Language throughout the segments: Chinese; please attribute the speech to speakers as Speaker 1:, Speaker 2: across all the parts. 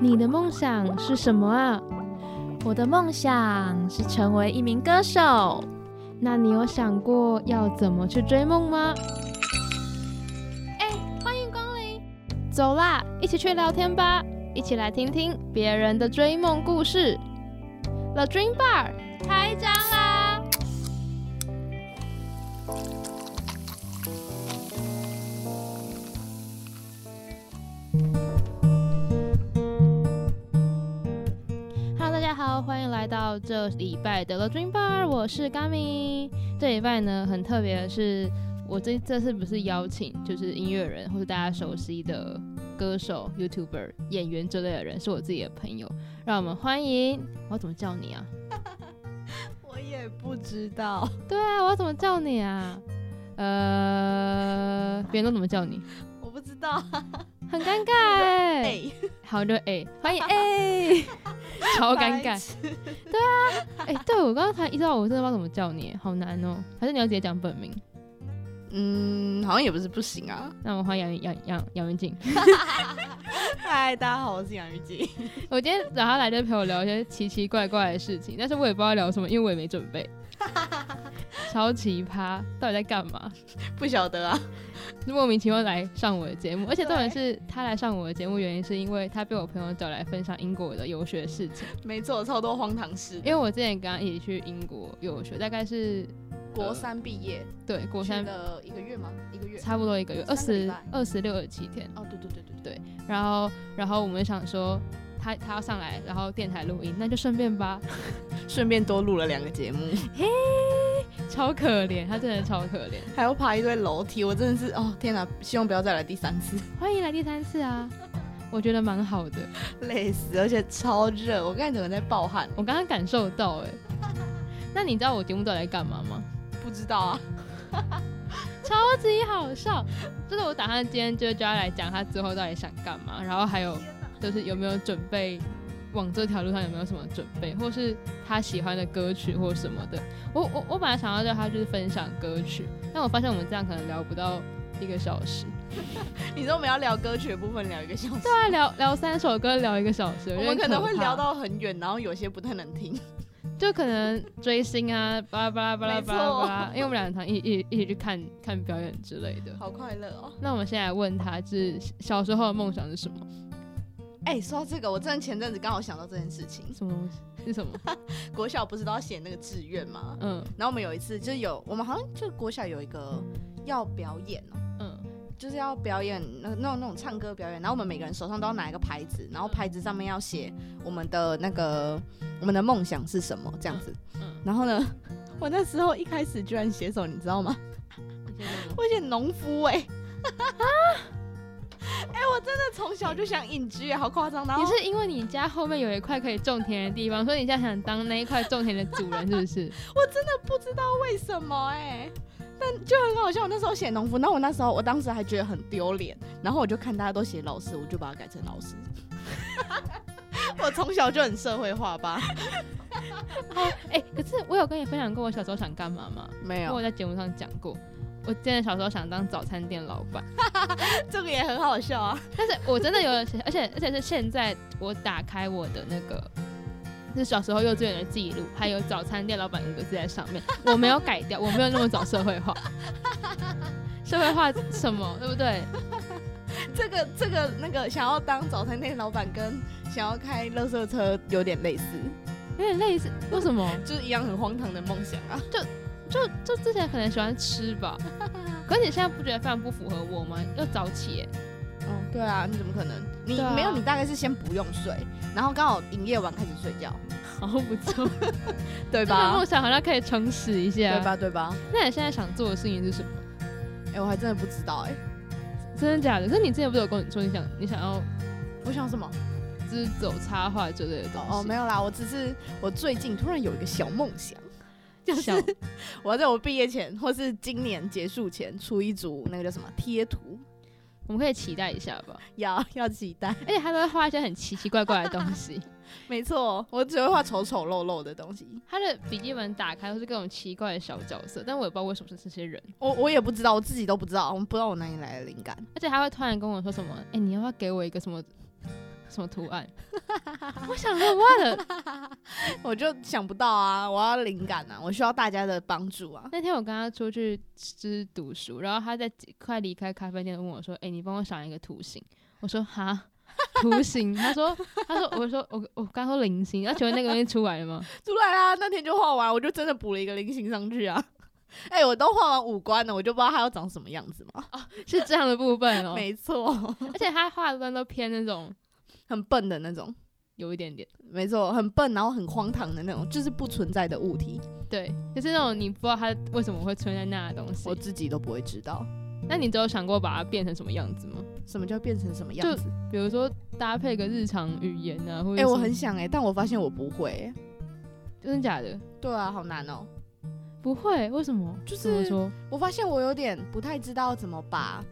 Speaker 1: 你的梦想是什么啊？
Speaker 2: 我的梦想是成为一名歌手。
Speaker 1: 那你有想过要怎么去追梦吗？
Speaker 2: 哎，欢迎光临！
Speaker 1: 走啦，一起去聊天吧，一起来听听别人的追梦故事。The Dream Bar
Speaker 2: 开张啦！
Speaker 1: Hello，大家好，欢迎来到这礼拜的 The Dream Bar，我是 Gami。这礼拜呢，很特别的是，我这这次不是邀请就是音乐人或是大家熟悉的歌手、YouTuber、演员之类的人，是我自己的朋友。让我们欢迎，我要怎么叫你啊？
Speaker 2: 我也不知道，
Speaker 1: 对啊，我要怎么叫你啊？呃，别人都怎么叫你？
Speaker 2: 我不知道。
Speaker 1: 很尴尬
Speaker 3: 嗯
Speaker 1: 哎、
Speaker 2: 哎，
Speaker 1: 好，就 A，欢迎 A，超 尴尬。
Speaker 2: 尬。
Speaker 1: 哎、对我刚刚才意识到，我真的不知道怎么叫你，好难哦、还是你要直接讲本名？
Speaker 3: 嗯，好像也不是不行啊。
Speaker 1: 那我们欢迎杨杨杨杨元静。
Speaker 3: 嗨，大家好，我是杨玉静。
Speaker 1: 我今天找他来就陪我聊一些奇奇怪怪的事情，但是我也不知道聊什么，因为我也没准备。 超奇葩，到底在干嘛？
Speaker 3: 不晓得啊，
Speaker 1: 莫名其妙来上我的节目，而且重点是他来上我的节目，原因是因为他被我朋友找来分享英国的游学事情。
Speaker 3: 没错，超多荒唐事
Speaker 1: 因。为我之前跟他一起去英国游学，大概是
Speaker 3: 国三毕业，
Speaker 1: 对国
Speaker 3: 去
Speaker 1: 三
Speaker 3: 了一个月吗？一个月。
Speaker 1: 差不多一个月，二
Speaker 3: 三个礼
Speaker 1: 十
Speaker 3: 拜
Speaker 1: 二十六二十七天。
Speaker 3: 哦，对对对对对，
Speaker 1: 然后，然后我们想说他他要上来，然后电台录音，那就顺便吧。
Speaker 3: 顺便多录了两个节目，
Speaker 1: 超可怜，他真的超可怜。
Speaker 3: 还要爬一堆楼梯，我真的是哦天哪！希望不要再来第三次，
Speaker 1: 欢迎来第三次啊，我觉得蛮好的，
Speaker 3: 累死，而且超热，我刚才怎么在暴汗？
Speaker 1: 我刚刚感受到哎、那你知道我节目到底在干嘛吗？
Speaker 3: 不知道啊，
Speaker 1: 超级好笑，就是我打算今天就叫他来讲他之后到底想干嘛，然后还有就是有没有准备往这条路上有没有什么准备，或是他喜欢的歌曲或什么的。我我我本来想要叫他就是分享歌曲，但我发现我们这样可能聊不到一个小时，
Speaker 3: 你说我们要聊歌曲的部分聊一个小时，
Speaker 1: 大概聊聊三首歌聊一个小时，
Speaker 3: 我
Speaker 1: 有点
Speaker 3: 们可能会
Speaker 1: 怕
Speaker 3: 聊到很远，然后有些不太能听。
Speaker 1: 就可能追星啊，巴拉巴拉巴拉巴拉巴拉，因为我们俩很常一一一起去看看表演之类的。
Speaker 3: 好快乐哦！
Speaker 1: 那我们现在问他，就是小时候的梦想是什么？
Speaker 3: 哎、说到这个，我真的前阵子刚好想到这件事情。
Speaker 1: 什么东西？是什么？
Speaker 3: 国小不是都要写那个志愿吗？
Speaker 1: 嗯
Speaker 3: 然后我们有一次就是有，我们好像就国小有一个要表演哦、
Speaker 1: 嗯
Speaker 3: 就是要表演那那种那种唱歌表演，然后我们每个人手上都要拿一个牌子，然后牌子上面要写我们的那个我们的梦想是什么这样子。
Speaker 1: 嗯，
Speaker 3: 然后呢，我那时候一开始居然写什么，你知道吗？
Speaker 1: 你先问我
Speaker 3: 我写农夫哎、 哎、我真的从小就想隐居耶，好夸张！然后
Speaker 1: 你是因为你家后面有一块可以种田的地方，所以你现在想当那一块种田的主人，是不 是？
Speaker 3: 我真的不知道为什么哎、但就很好笑。我那时候写农夫，然后我那时候我当时还觉得很丢脸，然后我就看大家都写老师，我就把它改成老师。 我从小就很社会化吧？
Speaker 1: 哦，哎、可是我有跟你分享过我小时候想干嘛吗？
Speaker 3: 没
Speaker 1: 因为，我在节目上讲过，我真的小时候想当早餐店老板。
Speaker 3: 这个也很好笑啊。
Speaker 1: 但是我真的有 写，而且而且是现在我打开我的那个，是小时候幼稚园的记录，还有早餐店老板五个字在上面，我没有改掉，我没有那么早社会 化。社会化什么，对不对？
Speaker 3: 这个这个那个想要当早餐店老板跟想要开垃圾车有点类似，
Speaker 1: 有点类似，为什么？
Speaker 3: 就是一样很荒唐的梦想啊。
Speaker 1: 就就之前可能喜欢吃吧， 可是你现在不觉得非常不符合我吗？要早起耶、
Speaker 3: 哦，对啊，你怎么可能？你
Speaker 1: 对啊
Speaker 3: 没有，你大概是先不用睡，然后刚好营业完开始睡觉，
Speaker 1: 好不 错，
Speaker 3: 对
Speaker 1: 这个
Speaker 3: 吧
Speaker 1: 梦？想好像可以诚实一
Speaker 3: 对
Speaker 1: 下。
Speaker 3: 吧？对吧？
Speaker 1: 那你现在想做的事情是什么？
Speaker 3: 哎、我还真的不知道哎、
Speaker 1: 真的假的？可是你之前不是有跟我说你想你想要
Speaker 3: 我想什么？
Speaker 1: 就是走插画之类的东西？
Speaker 3: 哦，没有啦，我只是我最近突然有一个小梦想，就是
Speaker 1: 小
Speaker 3: 我要在我毕业前或是今年结束前出一组那个叫什么贴图，
Speaker 1: 我们可以期待一下吧。
Speaker 3: 要要期待。
Speaker 1: 而且他都会画一些很奇奇怪怪的东西，
Speaker 3: 没错，我只会画丑丑陋陋的东西。
Speaker 1: 他的笔记本打开都是各种奇怪的小角色，但我也不知道为什么是这些人。
Speaker 3: 我我也不知道，我自己都不知道，我不知道我哪里来的灵感。
Speaker 1: 而且他会突然跟我说什么：“哎、你要不要给我一个什么什么图案？” 我想说，what？the-
Speaker 3: 我就想不到啊，我要灵感啊，我需要大家的帮助啊。
Speaker 1: 那天我跟他出去吃读书，然后他在快离开咖啡店问我说：“哎、你帮我想一个图形。”我说：“哈。”图形，他说，他说，我说，我我刚说菱形，那请问那个东西出来了吗？
Speaker 3: 出来啦，那天就画完，我就真的补了一个菱形上去啊。 哎、我都画完五官了，我就不知道它要长什么样子嘛。
Speaker 1: 是这样的部分哦、
Speaker 3: 没错，
Speaker 1: 而且他画的部分都偏那种
Speaker 3: 很笨的那种，
Speaker 1: 有一点点，
Speaker 3: 没错，很笨，然后很荒唐的那种，就是不存在的物体，
Speaker 1: 对，就是那种你不知道它为什么会存在那的东西
Speaker 3: 我。自己都不会知道
Speaker 1: 那你都有想过把它变成什么样子吗？
Speaker 3: 什么叫变成什么样子。
Speaker 1: 比如说搭配个日常语言啊，或者什
Speaker 3: 哎、
Speaker 1: 么
Speaker 3: 我很想哎、但我发现我不会、欸。
Speaker 1: 真的假的？
Speaker 3: 对啊，好难哦、
Speaker 1: 不会，为什么？
Speaker 3: 就
Speaker 1: 怎么
Speaker 3: 是
Speaker 1: 说？
Speaker 3: 我发现我有点不太知道怎么把，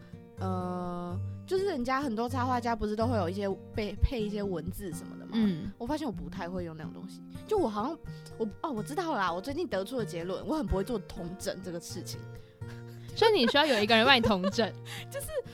Speaker 3: 呃，就是人家很多插画家不是都会有一些配配一些文字什么的吗？
Speaker 1: 嗯，
Speaker 3: 我发现我不太会用那种东西，就我好像我哦，我知道啦，我最近得出的结论，我很不会做同整这个事情，
Speaker 1: 所以你需要有一个人帮你同整。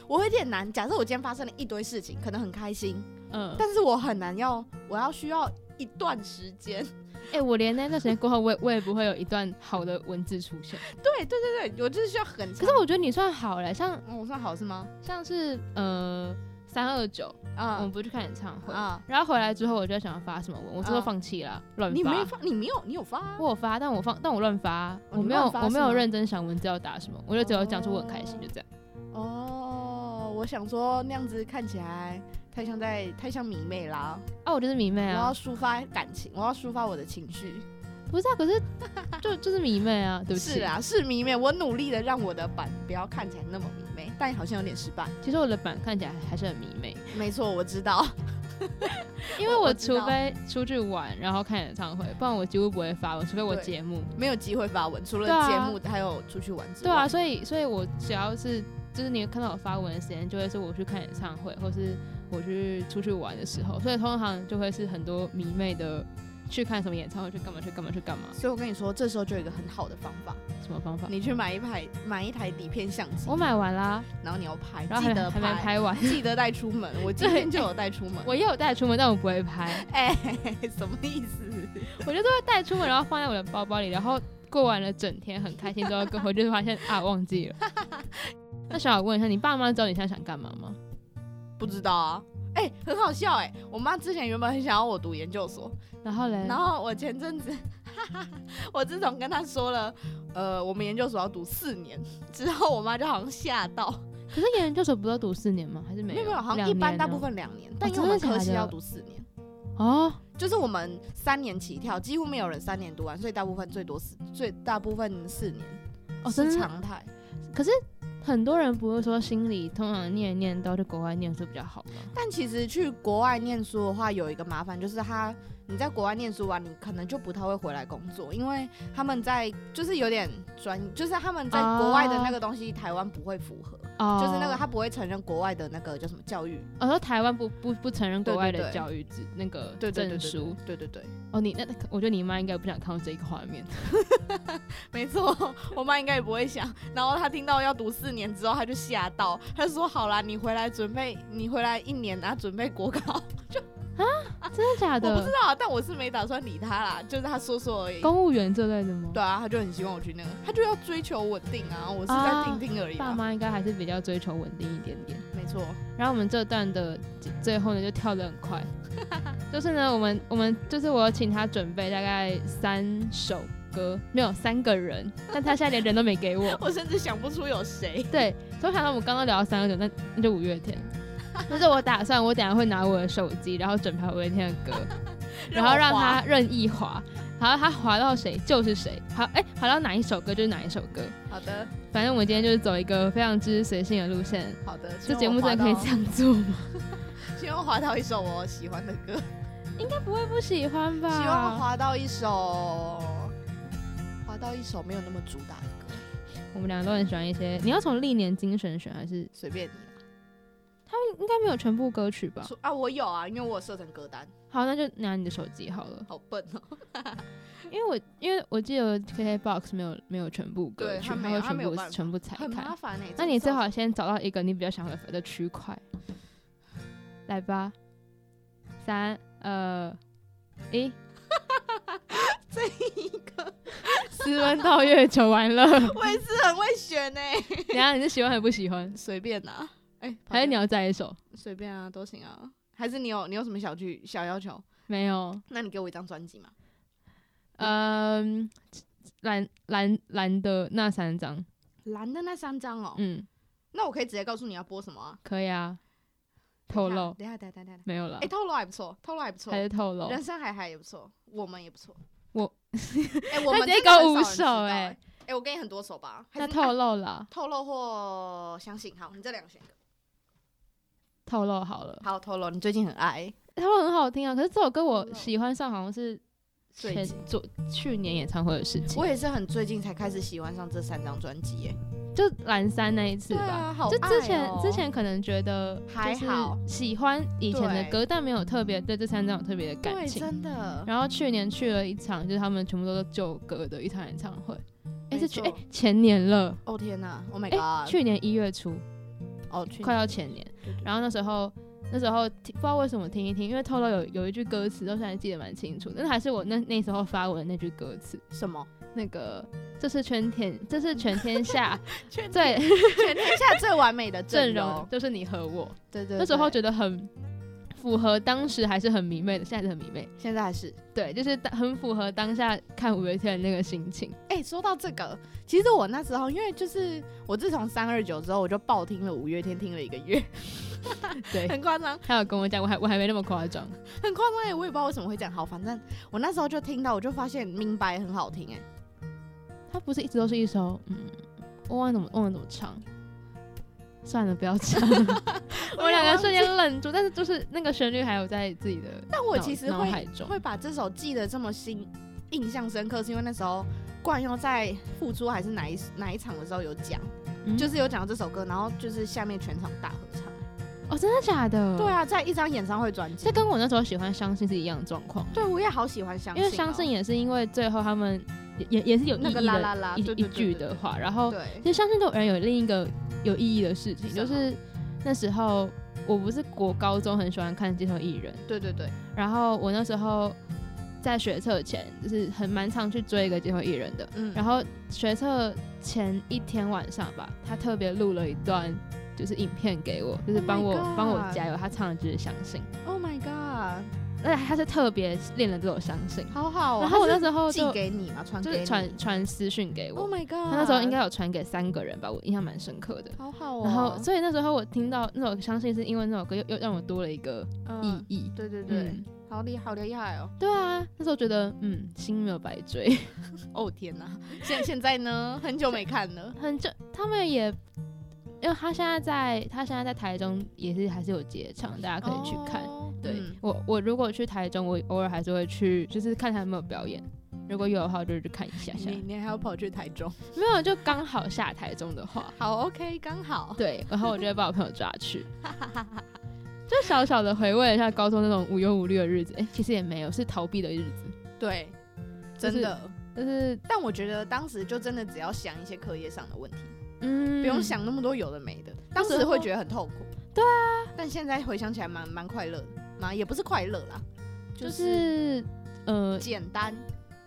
Speaker 3: 我会有点难。假设我今天发生了一堆事情，可能很开心，
Speaker 1: 嗯，
Speaker 3: 但是我很难要，我要需要一段时间。
Speaker 1: 哎、我连那段时间过后，我也我也不会有一段好的文字出现。
Speaker 3: 对对对对，我就是需要很
Speaker 1: 可
Speaker 3: 长。
Speaker 1: 是我觉得你算好了，像
Speaker 3: 嗯我算好是吗？
Speaker 1: 像是呃三二九，我们
Speaker 3: 啊
Speaker 1: 不去看演唱会，
Speaker 3: 啊，
Speaker 1: 然后回来之后，我就想要发什么文，我最后
Speaker 3: 嗯
Speaker 1: 放弃了，乱、
Speaker 3: 你没
Speaker 1: 发。
Speaker 3: 发，你没有，你有发、啊。
Speaker 1: 我有发，但我放，但我乱发啊，
Speaker 3: 哦
Speaker 1: 我
Speaker 3: 你
Speaker 1: 没有
Speaker 3: 乱，发
Speaker 1: 我没
Speaker 3: 是
Speaker 1: 有
Speaker 3: 吗
Speaker 1: 认真想文字要打什么，我就只有讲出我很开心，就这样。
Speaker 3: 哦，我想说那样子看起来太像在太像迷妹啦，
Speaker 1: 啊，我就是迷妹
Speaker 3: 我要
Speaker 1: 啊，
Speaker 3: 抒发感情，我要抒发我的情绪。
Speaker 1: 不是啊，可是就就是迷妹啊，对不起。
Speaker 3: 是，啊，是迷妹，我努力的让我的版不要看起来那么迷妹，但好像有点失败。
Speaker 1: 其实我的版看起来还是很迷妹，
Speaker 3: 没错，我知道。
Speaker 1: 因为
Speaker 3: 我
Speaker 1: 我
Speaker 3: 我知
Speaker 1: 除
Speaker 3: 道
Speaker 1: 非出去玩，然后看演唱会，不然我几乎不会发文，除非我
Speaker 3: 对
Speaker 1: 节目。
Speaker 3: 没有机会发文，除了
Speaker 1: 对啊
Speaker 3: 节目，还有出去玩之
Speaker 1: 对
Speaker 3: 外。
Speaker 1: 啊，，所以所以我只要是就是你看到我发文的时间，就会是我去看演唱会，或是我去出去玩的时候，所以通常就会是很多迷妹的去看什么演唱会，去干嘛去干嘛去干嘛，
Speaker 3: 所以我跟你说，这时候就有一个很好的方法，
Speaker 1: 什么方法？
Speaker 3: 你去买一台买一台底片相机
Speaker 1: 我，买完啦，
Speaker 3: 然后你要拍，
Speaker 1: 然后
Speaker 3: 记
Speaker 1: 还
Speaker 3: 得
Speaker 1: 还没
Speaker 3: 拍，
Speaker 1: 拍完，
Speaker 3: 记得带出门。我今天就有带出门。
Speaker 1: 我也有带出门，但我不会拍，
Speaker 3: 哎、什么意思？
Speaker 1: 我就都会带出门，然后放在我的包包里，然后过完了整天很开心之 后，跟回去就发现啊忘记了。那小小问一下，你爸妈知道你现在想干嘛吗？
Speaker 3: 不知道啊。哎、很好笑哎、我妈之前原本很想要我读研究所，
Speaker 1: 然后嘞，
Speaker 3: 然后我前阵子， 哈哈，我自从跟她说了，呃，我们研究所要读四年之后，我妈就好像吓到，
Speaker 1: 可是研究所不都读四年吗？还是没
Speaker 3: 没有没有，好像
Speaker 1: 两
Speaker 3: 一般
Speaker 1: 年
Speaker 3: 大
Speaker 1: 哦
Speaker 3: 部分两年，但因为
Speaker 1: 真
Speaker 3: 我
Speaker 1: 的
Speaker 3: 们科
Speaker 1: 假
Speaker 3: 系
Speaker 1: 的
Speaker 3: 要读四年，
Speaker 1: 哦，
Speaker 3: 就是我们三年起跳，几乎没有人三年读完，所以大部分最多四，最大部分四年
Speaker 1: 哦真
Speaker 3: 是
Speaker 1: 的
Speaker 3: 常态。
Speaker 1: 很多人不是说心理通常念一念都要去国外念书比较好吗？
Speaker 3: 但其实去国外念书的话，有一个麻烦就是他，你在国外念书完，你可能就不太会回来工作，因为他们在就是有点专，就是他们在国外的那个东西，台湾不会符合，
Speaker 1: 哦
Speaker 3: 就是那个他不会承认国外的那个叫什么教育，
Speaker 1: 哦，说台湾不不不承认国外
Speaker 3: 对对
Speaker 1: 的
Speaker 3: 对
Speaker 1: 教育制那个
Speaker 3: 对对
Speaker 1: 证
Speaker 3: 对对
Speaker 1: 书。
Speaker 3: 对对对，
Speaker 1: 哦，你那我觉得你妈应该不想看到这个画面。
Speaker 3: 没错，我妈应该也不会想。然后她听到要读四年之后，她就吓到，她就说：“好啦，你回来准备，你回来一年啊，准备国考。
Speaker 1: 真的假”
Speaker 3: 我不知
Speaker 1: 的？
Speaker 3: 道啊，但我是没打算理她啦，就是她说说而已。
Speaker 1: 公务员这类的吗？
Speaker 3: 对啊，他就很希望我去那个，他就要追求稳定啊，我是在
Speaker 1: 啊
Speaker 3: 听听而已、
Speaker 1: 爸
Speaker 3: 啊。
Speaker 1: 妈应该还是比较追求稳定一点点。
Speaker 3: 没错，
Speaker 1: 然后我们这段的最后呢，就跳得很 快，就是呢，我们我们就是我有请他准备大概三首歌，没有三个人，但他现在连人都没给我。
Speaker 3: 我甚至想不出 有谁。
Speaker 1: 对，所以我想到我们刚刚聊到三个九，那那就五月天。就是我打算，我等一下会拿我的手机，然后整排五月天 的歌，然后让他任意滑，然后他滑到谁就是谁，好哎、滑到哪一首歌就是哪一首歌。
Speaker 3: 好的，
Speaker 1: 反正我今天就是走一个非常之随性的路线。
Speaker 3: 好的，
Speaker 1: 这节目真的可以这样做吗？
Speaker 3: 希望滑到一首我喜欢的歌，
Speaker 1: 应该不会不喜欢吧？
Speaker 3: 希望滑到一首，滑到一首没有那么主打的歌，
Speaker 1: 我们两个都很喜欢一些。你要从历年精选选还是
Speaker 3: 随便你啦。
Speaker 1: 应该没有全部歌曲吧？
Speaker 3: 说啊，我有啊，因为我有设成歌 单，
Speaker 1: 好，那就拿你的手机好了，
Speaker 3: 好笨哦。
Speaker 1: 因为我因为我记得 KKBOX 没有没有全部歌
Speaker 3: 对
Speaker 1: 曲，
Speaker 3: 它没
Speaker 1: 会
Speaker 3: 有它
Speaker 1: 全
Speaker 3: 没有
Speaker 1: 部
Speaker 3: 办法
Speaker 1: 全部裁
Speaker 3: 很
Speaker 1: 开
Speaker 3: 麻。烦哎、
Speaker 1: 那你最
Speaker 3: 这种
Speaker 1: 好先找到一个你比较想要的区块，来吧，三二一，
Speaker 3: 一个，
Speaker 1: 斯文到月球完了。
Speaker 3: 我也是很会选哎、
Speaker 1: 等一下你是喜欢还是不喜欢？
Speaker 3: 随便拿、哎、
Speaker 1: 还是你
Speaker 3: 要
Speaker 1: 要再一首？
Speaker 3: 随便啊，都行啊。还是你有你有什么小剧小要求？
Speaker 1: 没有，
Speaker 3: 那你给我一张专辑嘛。
Speaker 1: 嗯，蓝蓝蓝的那三张，
Speaker 3: 哦蓝的那三张哦、
Speaker 1: 嗯，
Speaker 3: 那我可以直接告诉你要播什么啊？
Speaker 1: 可以啊。透露
Speaker 3: 等一下，等一下，等一下，等一下。
Speaker 1: 没有了
Speaker 3: 哎、，透露还不错，透露还不错
Speaker 1: 还，是透露？
Speaker 3: 人生海海也不错，我们也不错。
Speaker 1: 我，
Speaker 3: 哎、我们
Speaker 1: 他直接
Speaker 3: 真的很
Speaker 1: 搞五
Speaker 3: 少人知道
Speaker 1: 首
Speaker 3: 哎、
Speaker 1: 哎
Speaker 3: 哎、我给你很多首吧。还
Speaker 1: 那
Speaker 3: 是
Speaker 1: 透露啦，
Speaker 3: 透露或相信，好，你这两个选一个。
Speaker 1: 透露好了，
Speaker 3: 好，透露，你最近很爱
Speaker 1: 透露很好听啊。可是这首歌
Speaker 3: 透
Speaker 1: 我
Speaker 3: 露
Speaker 1: 喜欢上好像是
Speaker 3: 哦最
Speaker 1: 前
Speaker 3: 近
Speaker 1: 昨去年演唱会的事情
Speaker 3: 我，也是很最近才开始喜欢上这三张专辑耶。
Speaker 1: 就蓝山那一次吧。，
Speaker 3: 好
Speaker 1: 就之前、
Speaker 3: 爱哦
Speaker 1: 之前可能觉得
Speaker 3: 还
Speaker 1: 就是
Speaker 3: 好
Speaker 1: 喜欢以前的
Speaker 3: 对
Speaker 1: 歌，但没有特别对这三张有特别的感
Speaker 3: 对，
Speaker 1: 情。
Speaker 3: 真的
Speaker 1: 然后去年去了一场，就是他们全部都是旧歌的一场演唱会。哎、
Speaker 3: 没
Speaker 1: 是去哎、
Speaker 3: 错
Speaker 1: 前年了，
Speaker 3: 哦天哪，Oh my
Speaker 1: 哎、
Speaker 3: god，
Speaker 1: 去年一月初，
Speaker 3: 哦去
Speaker 1: 快要前年。然后那时候那时候听不知道为什么听一听，因为透露有有一句歌词，到现在记得蛮清楚，但是还是我那那时候发文的那句歌词，
Speaker 3: 什么？
Speaker 1: 那个这是全天这是全天下
Speaker 3: 全
Speaker 1: 最
Speaker 3: 全天下最完美的
Speaker 1: 阵容
Speaker 3: 容，
Speaker 1: 就是你和我。
Speaker 3: 对对，
Speaker 1: 那时候觉
Speaker 3: 对
Speaker 1: 得很符合当时还是很迷妹的，现在是很迷妹。
Speaker 3: 现在还是
Speaker 1: 对，就是当很符合当下看五月天的那个心情。
Speaker 3: 哎、说到这个，其实我那时候因为就是我自从三二九之后，我就暴听了五月天，听了一个月，
Speaker 1: 对，
Speaker 3: 很夸张，
Speaker 1: 他有跟我讲，我还我还没那么夸张。
Speaker 3: 很夸张哎，我也不知道为什么会这样。好，反正我那时候就听到，我就发现明白很好听哎、
Speaker 1: 他不是一直都是一首，嗯，我忘了怎么忘了怎么唱。算了，不要唱。 我两个瞬间愣住，但是就是那个旋律还有在自己的脑，
Speaker 3: 但我其实
Speaker 1: 脑
Speaker 3: 会
Speaker 1: 海中
Speaker 3: 会把这首记得这么新、印象深刻，是因为那时候冠佑在复出还是哪一哪一场的时候有讲，
Speaker 1: 嗯
Speaker 3: 就是有讲到这首歌，然后就是下面全场大合唱。
Speaker 1: 哦，真的假的？
Speaker 3: 对，啊，在一张演唱会专辑
Speaker 1: 这。跟我那时候喜欢《相信》是一样的状况。
Speaker 3: 对，我也好喜欢相
Speaker 1: 因
Speaker 3: 信、哦啊
Speaker 1: 为《相信》。也是因为最后他们也也也是有意义
Speaker 3: 那个
Speaker 1: 的
Speaker 3: 啦啦啦，
Speaker 1: 一
Speaker 3: 对
Speaker 1: 一
Speaker 3: 对
Speaker 1: 句
Speaker 3: 对对
Speaker 1: 的话，然后
Speaker 3: 对
Speaker 1: 其实相信对我而言有另一个有意义的事情，
Speaker 3: 是
Speaker 1: 就
Speaker 3: 什么
Speaker 1: 是那时候我不是国高中很喜欢看街头艺人，
Speaker 3: 对对对，
Speaker 1: 然后我那时候在学测前就是很蛮常去追一个街头艺人的，
Speaker 3: 嗯，
Speaker 1: 然后学测前一天晚上吧，他特别录了一段就是影片给我，就是
Speaker 3: Oh my
Speaker 1: 帮我
Speaker 3: God
Speaker 1: 帮我加油，他唱的就是相信，
Speaker 3: Oh my god，
Speaker 1: 而且他是特别练了这首相信，
Speaker 3: 好好、哦。
Speaker 1: 然后我
Speaker 3: 他
Speaker 1: 那
Speaker 3: 是
Speaker 1: 时候
Speaker 3: 寄
Speaker 1: 就
Speaker 3: 给你嘛，传
Speaker 1: 就
Speaker 3: 给
Speaker 1: 是
Speaker 3: 你。
Speaker 1: 传传私讯给我
Speaker 3: Oh，my god，
Speaker 1: 他那时候应该有传给三个人吧，我印象蛮深刻的。
Speaker 3: 好好哦。
Speaker 1: 然后，所以那时候我听到那首《相信》，是因为那首歌又又让我多了一个意
Speaker 3: 嗯，
Speaker 1: 义。
Speaker 3: 对对对，
Speaker 1: 嗯，
Speaker 3: 好厉好厉害哦。
Speaker 1: 对啊，那时候觉得嗯，心没有白追，
Speaker 3: 哦天哪，现现在呢，很久没看了。
Speaker 1: 很就他们也，因为他现在在他现在在台中也是还是有接唱，大家可以去看。
Speaker 3: 哦
Speaker 1: 对、
Speaker 3: 嗯
Speaker 1: 我，我如果去台中，我偶尔还是会去，就是看他有没有表演。如果有的话，我就去看一下嗯下。
Speaker 3: 你你还要跑去台中？
Speaker 1: 没有，就刚好下台中的话，
Speaker 3: 好，OK，刚好。
Speaker 1: 对，然后我就会把我朋友抓去， 就小小的回味了一下高中那种无忧无虑的日子。哎、其实也没有，是逃避的日子，
Speaker 3: 对，
Speaker 1: 就
Speaker 3: 真
Speaker 1: 是
Speaker 3: 的。
Speaker 1: 但是
Speaker 3: 但我觉得当时就真的只要想一些课业上的问题，
Speaker 1: 嗯，
Speaker 3: 不用。想那么多有的没的。
Speaker 1: 那
Speaker 3: 当时
Speaker 1: 时候
Speaker 3: 会觉得很痛苦。对啊。但现在回想起来蛮蛮快乐的，嘛也不是快乐啦，
Speaker 1: 就
Speaker 3: 就是
Speaker 1: 是呃，
Speaker 3: 简单。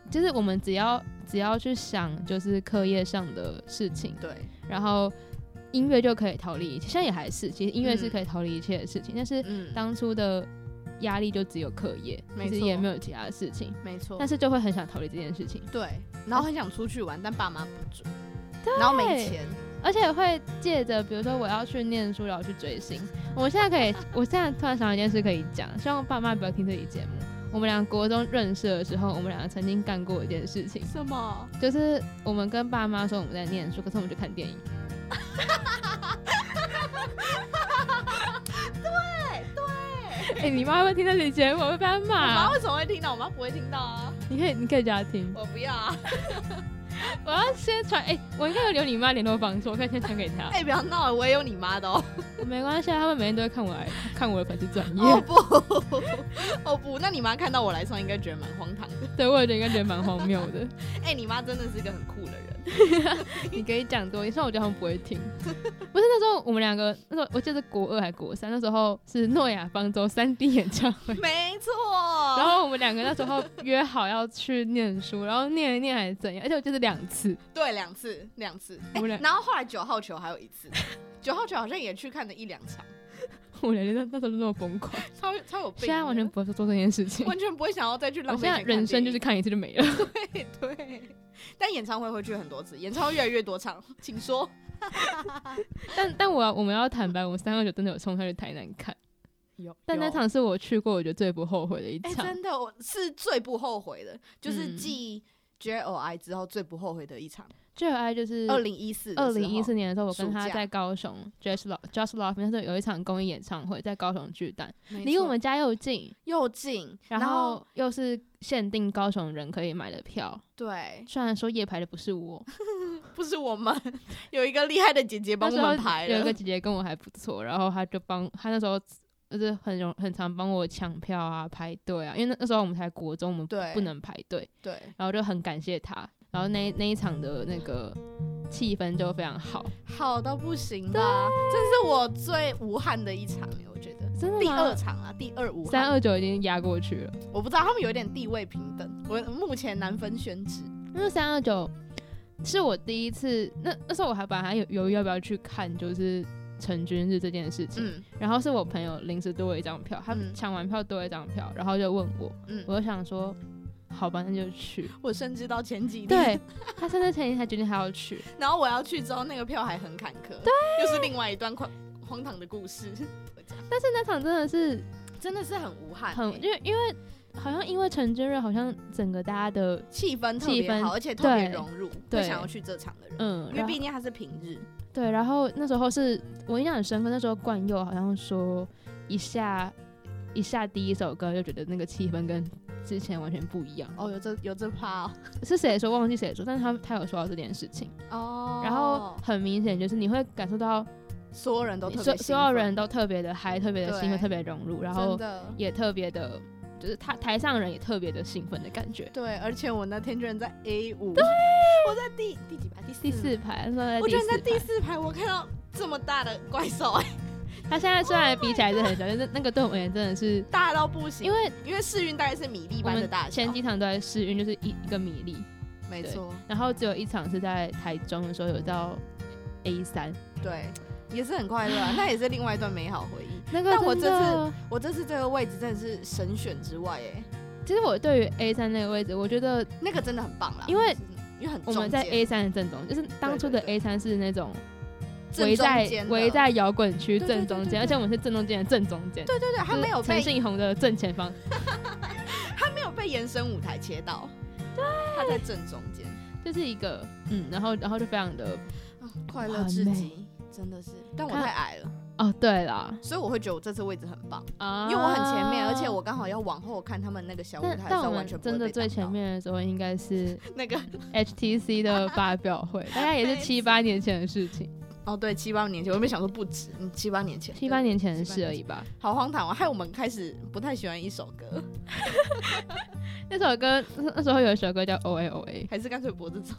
Speaker 1: 就是我们只要只要去想，就是课业上的事情，
Speaker 3: 对，
Speaker 1: 然后音乐就可以逃离一切。现在也还是，其实音乐是
Speaker 3: 嗯
Speaker 1: 可以逃离一切的事情，但是
Speaker 3: 嗯，
Speaker 1: 当初的压力就只有课业，
Speaker 3: 没
Speaker 1: 其实也
Speaker 3: 错
Speaker 1: 没有其他的事情，
Speaker 3: 没错
Speaker 1: 但。是就会很想逃离这件事情。
Speaker 3: 对，然后很想出去玩，但爸妈不准，然后没钱，
Speaker 1: 而且会借着，比如说我要去念书，然后去追星。我现在可以， 我现在突然想到一件事可以讲，希望爸妈不要听这期节目。我们俩国中认识的时候，我们俩曾经干过一件事情，
Speaker 3: 什么？
Speaker 1: 就是我们跟爸妈说我们在念书，可是我们去看电影。对 对，哎、你妈会听这期节目，我会被她
Speaker 3: 我妈
Speaker 1: 骂。
Speaker 3: 为什么会听到？我妈不会听到啊！
Speaker 1: 你可以，你可以叫她听。
Speaker 3: 我不要啊！
Speaker 1: 我要先传，哎、我应该有留你妈联络方式，我可以先传给她。
Speaker 3: 哎、不要闹了，我也有你妈的哦。
Speaker 1: 没关系，啊，他们每天都会看我来看我的粉丝专业。
Speaker 3: 哦不，哦不， 那你妈看到我来上，应该觉得蛮荒唐的。
Speaker 1: 对，我也觉得应该觉得蛮荒谬的。
Speaker 3: 哎、你妈真的是一个很酷的人。
Speaker 1: 你可以讲多一点，虽然我觉得他们不会听。 不是那时候我们两个，那时候我记得是国二还国三，那时候是诺亚方舟三 D 演唱会。
Speaker 3: 没错。哦
Speaker 1: 然后我们两个那时候约好要去念书，然后念一念还是怎样，而且我记得两次，
Speaker 3: 对，两次，两次。哎
Speaker 1: 我们俩
Speaker 3: 然后后来九号球还有一次，九号球好像也去看了一两场，
Speaker 1: 我们俩那那时候都那么疯狂，
Speaker 3: 超有超有病的。
Speaker 1: 现在完 全不会做这件事情。
Speaker 3: 完全不会想要再去
Speaker 1: 我
Speaker 3: 浪
Speaker 1: 现
Speaker 3: 费
Speaker 1: 在
Speaker 3: 钱看电影。
Speaker 1: 人生就是看一次就没了。
Speaker 3: 对 对。但演唱会会去很多次，演唱会越来越 多场，请说。
Speaker 1: 但但我要我们要坦白，我们三二九真的有冲上去台南看，
Speaker 3: 有，
Speaker 1: 但那场是我去过我觉得最不后悔的一
Speaker 3: 哎、
Speaker 1: 场。
Speaker 3: 真的，我是最不后悔的，就是
Speaker 1: 嗯
Speaker 3: 继 J O I 之后最不后悔的一场。
Speaker 1: 最有爱就是
Speaker 3: 二零一四，
Speaker 1: 二零一四年的时候，我跟
Speaker 3: 暑
Speaker 1: 他
Speaker 3: 假
Speaker 1: 在高雄 Just Love Just Love 那时候有一场公益演唱会，在高雄巨蛋，
Speaker 3: 没
Speaker 1: 离我
Speaker 3: 错
Speaker 1: 们家又近，
Speaker 3: 又近，
Speaker 1: 然
Speaker 3: 然
Speaker 1: 后又是限定高雄人可以买的票。
Speaker 3: 对，
Speaker 1: 虽然说夜排的不是我，
Speaker 3: 不是我们有一个厉害的姐姐帮
Speaker 1: 那
Speaker 3: 我
Speaker 1: 时候
Speaker 3: 们排
Speaker 1: 有一
Speaker 3: 了
Speaker 1: 个，姐姐跟我还不错，然后她就帮她那时候就是很容很常帮我抢票啊、排队啊，因为那那时候我们才国中，我们不
Speaker 3: 对
Speaker 1: 不能排队，
Speaker 3: 对，
Speaker 1: 然后就很感谢她。然后那那一场的那个气氛就非常好，
Speaker 3: 好到不行吧？这是我最无憾的一场，我觉得。
Speaker 1: 真的
Speaker 3: 第二
Speaker 1: 吗？
Speaker 3: 场啊，第二无憾
Speaker 1: 三，二九已经压过去了。
Speaker 3: 我不知道他们有点地位平等，我目前难分轩轾。
Speaker 1: 因为三二九是我第一次，那那时候我还本来还有犹豫要不要去看，就是成军日这件事情。
Speaker 3: 嗯
Speaker 1: 然后是我朋友临时多了一张票，他
Speaker 3: 嗯
Speaker 1: 抢完票多了一张票，然后就问我，
Speaker 3: 嗯，
Speaker 1: 我就想说，好吧，那就去。
Speaker 3: 我甚至到前几天，
Speaker 1: 对他甚至前一天才决定他要去，
Speaker 3: 然后我要去之后，那个票还很坎坷，对，又是另外一段荒荒唐的故事，
Speaker 1: 但是那场真的是
Speaker 3: 真的是很欸无憾、
Speaker 1: 很，因为因为好像因为陈君瑞，好像整个大家的
Speaker 3: 气氛特别
Speaker 1: 气
Speaker 3: 好，
Speaker 1: 氛
Speaker 3: 而且特别
Speaker 1: 对
Speaker 3: 融入，会
Speaker 1: 对
Speaker 3: 想要去这场的人，
Speaker 1: 嗯，
Speaker 3: 因为
Speaker 1: 然后
Speaker 3: 毕竟它是平日，
Speaker 1: 对，然后那时候是我印象很深刻，那时候冠佑好像说一下一下第一首歌就觉得那个气氛跟之前完全不一样。
Speaker 3: 哦，有这有这趴哦。
Speaker 1: 是谁说忘记谁说，但是他他有说到这件事情，
Speaker 3: 哦
Speaker 1: 然后很明显就是你会感受到
Speaker 3: 所有人都特别
Speaker 1: 所
Speaker 3: 兴奋
Speaker 1: 所有人都特别的嗨，特别的兴奋，
Speaker 3: 对
Speaker 1: 特别融入，然
Speaker 3: 真
Speaker 1: 后
Speaker 3: 的
Speaker 1: 也特别的，就是他台上人也特别的兴奋的感觉。
Speaker 3: 对，而且我那天居然在 A 五，对，我在第第几排？第四
Speaker 1: 第四排，那时候在
Speaker 3: 嗯我
Speaker 1: 第
Speaker 3: 居然在
Speaker 1: 四
Speaker 3: 第
Speaker 1: 排。
Speaker 3: 四排，我看到这么大的怪兽， 哎，
Speaker 1: 他现在虽
Speaker 3: ，Oh
Speaker 1: 然比起来是很小，但是那个对我们而言真的是，
Speaker 3: 大到不行。
Speaker 1: 因为
Speaker 3: 因为世运大概是米粒
Speaker 1: 我
Speaker 3: 般的
Speaker 1: 们
Speaker 3: 大小，
Speaker 1: 前几场都在试运，就是一一个米粒，
Speaker 3: 没
Speaker 1: 对
Speaker 3: 错，
Speaker 1: 然后只有一场是在台中的时候有到 A 三，
Speaker 3: 对，也是很快乐啊，那也是另外一段美好回忆。
Speaker 1: 那个
Speaker 3: 但我
Speaker 1: 真
Speaker 3: 这
Speaker 1: 的，
Speaker 3: 我这次这个位置真的是神选之外，哎，
Speaker 1: 其实我对于 A 三那个位置，我觉得
Speaker 3: 那个真的很棒啦，
Speaker 1: 因为
Speaker 3: 啊就是因为很
Speaker 1: 我
Speaker 3: 中
Speaker 1: 们在
Speaker 3: 间
Speaker 1: A 三的正中，就是当初的
Speaker 3: 对
Speaker 1: A 三是那种
Speaker 3: 正
Speaker 1: 围在
Speaker 3: 中间的
Speaker 1: 围在摇滚区
Speaker 3: 对对对
Speaker 1: 正中
Speaker 3: 对对
Speaker 1: 间，而且我们是正中间的正中间，
Speaker 3: 对对对，他
Speaker 1: 就是
Speaker 3: 没有
Speaker 1: 陈
Speaker 3: 被
Speaker 1: 信宏的正前方，
Speaker 3: 他没有被延伸舞台切到，对，他在正中间，
Speaker 1: 就是一个嗯，然后然后就非常的
Speaker 3: 啊快乐至
Speaker 1: 完哦美
Speaker 3: 极，真的是。但我
Speaker 1: 他
Speaker 3: 太矮了，
Speaker 1: 哦，对啦，
Speaker 3: 所以我会觉得我这次位置很棒，
Speaker 1: 啊，
Speaker 3: 因为我很前面，而且我刚好要往后看他们那个小舞台
Speaker 1: 但
Speaker 3: 的时
Speaker 1: 但
Speaker 3: 候，
Speaker 1: 我
Speaker 3: 完
Speaker 1: 们
Speaker 3: 全不
Speaker 1: 真
Speaker 3: 会
Speaker 1: 的
Speaker 3: 被
Speaker 1: 最
Speaker 3: 挡
Speaker 1: 前
Speaker 3: 到
Speaker 1: 面的时候应该是
Speaker 3: 那个
Speaker 1: HTC 的发表会，大概也是
Speaker 3: 没
Speaker 1: 七八年前的事情，
Speaker 3: 哦，对，七八年前，我没想说不止，嗯，七八年前，
Speaker 1: 七八
Speaker 3: 对
Speaker 1: 年前的
Speaker 3: 七八
Speaker 1: 事
Speaker 3: 年
Speaker 1: 而已吧。
Speaker 3: 好荒唐啊，害我们开始不太喜欢一首歌，
Speaker 1: 那首歌那那时候有一首歌叫 O A O A，
Speaker 3: 还是干脆脖子走。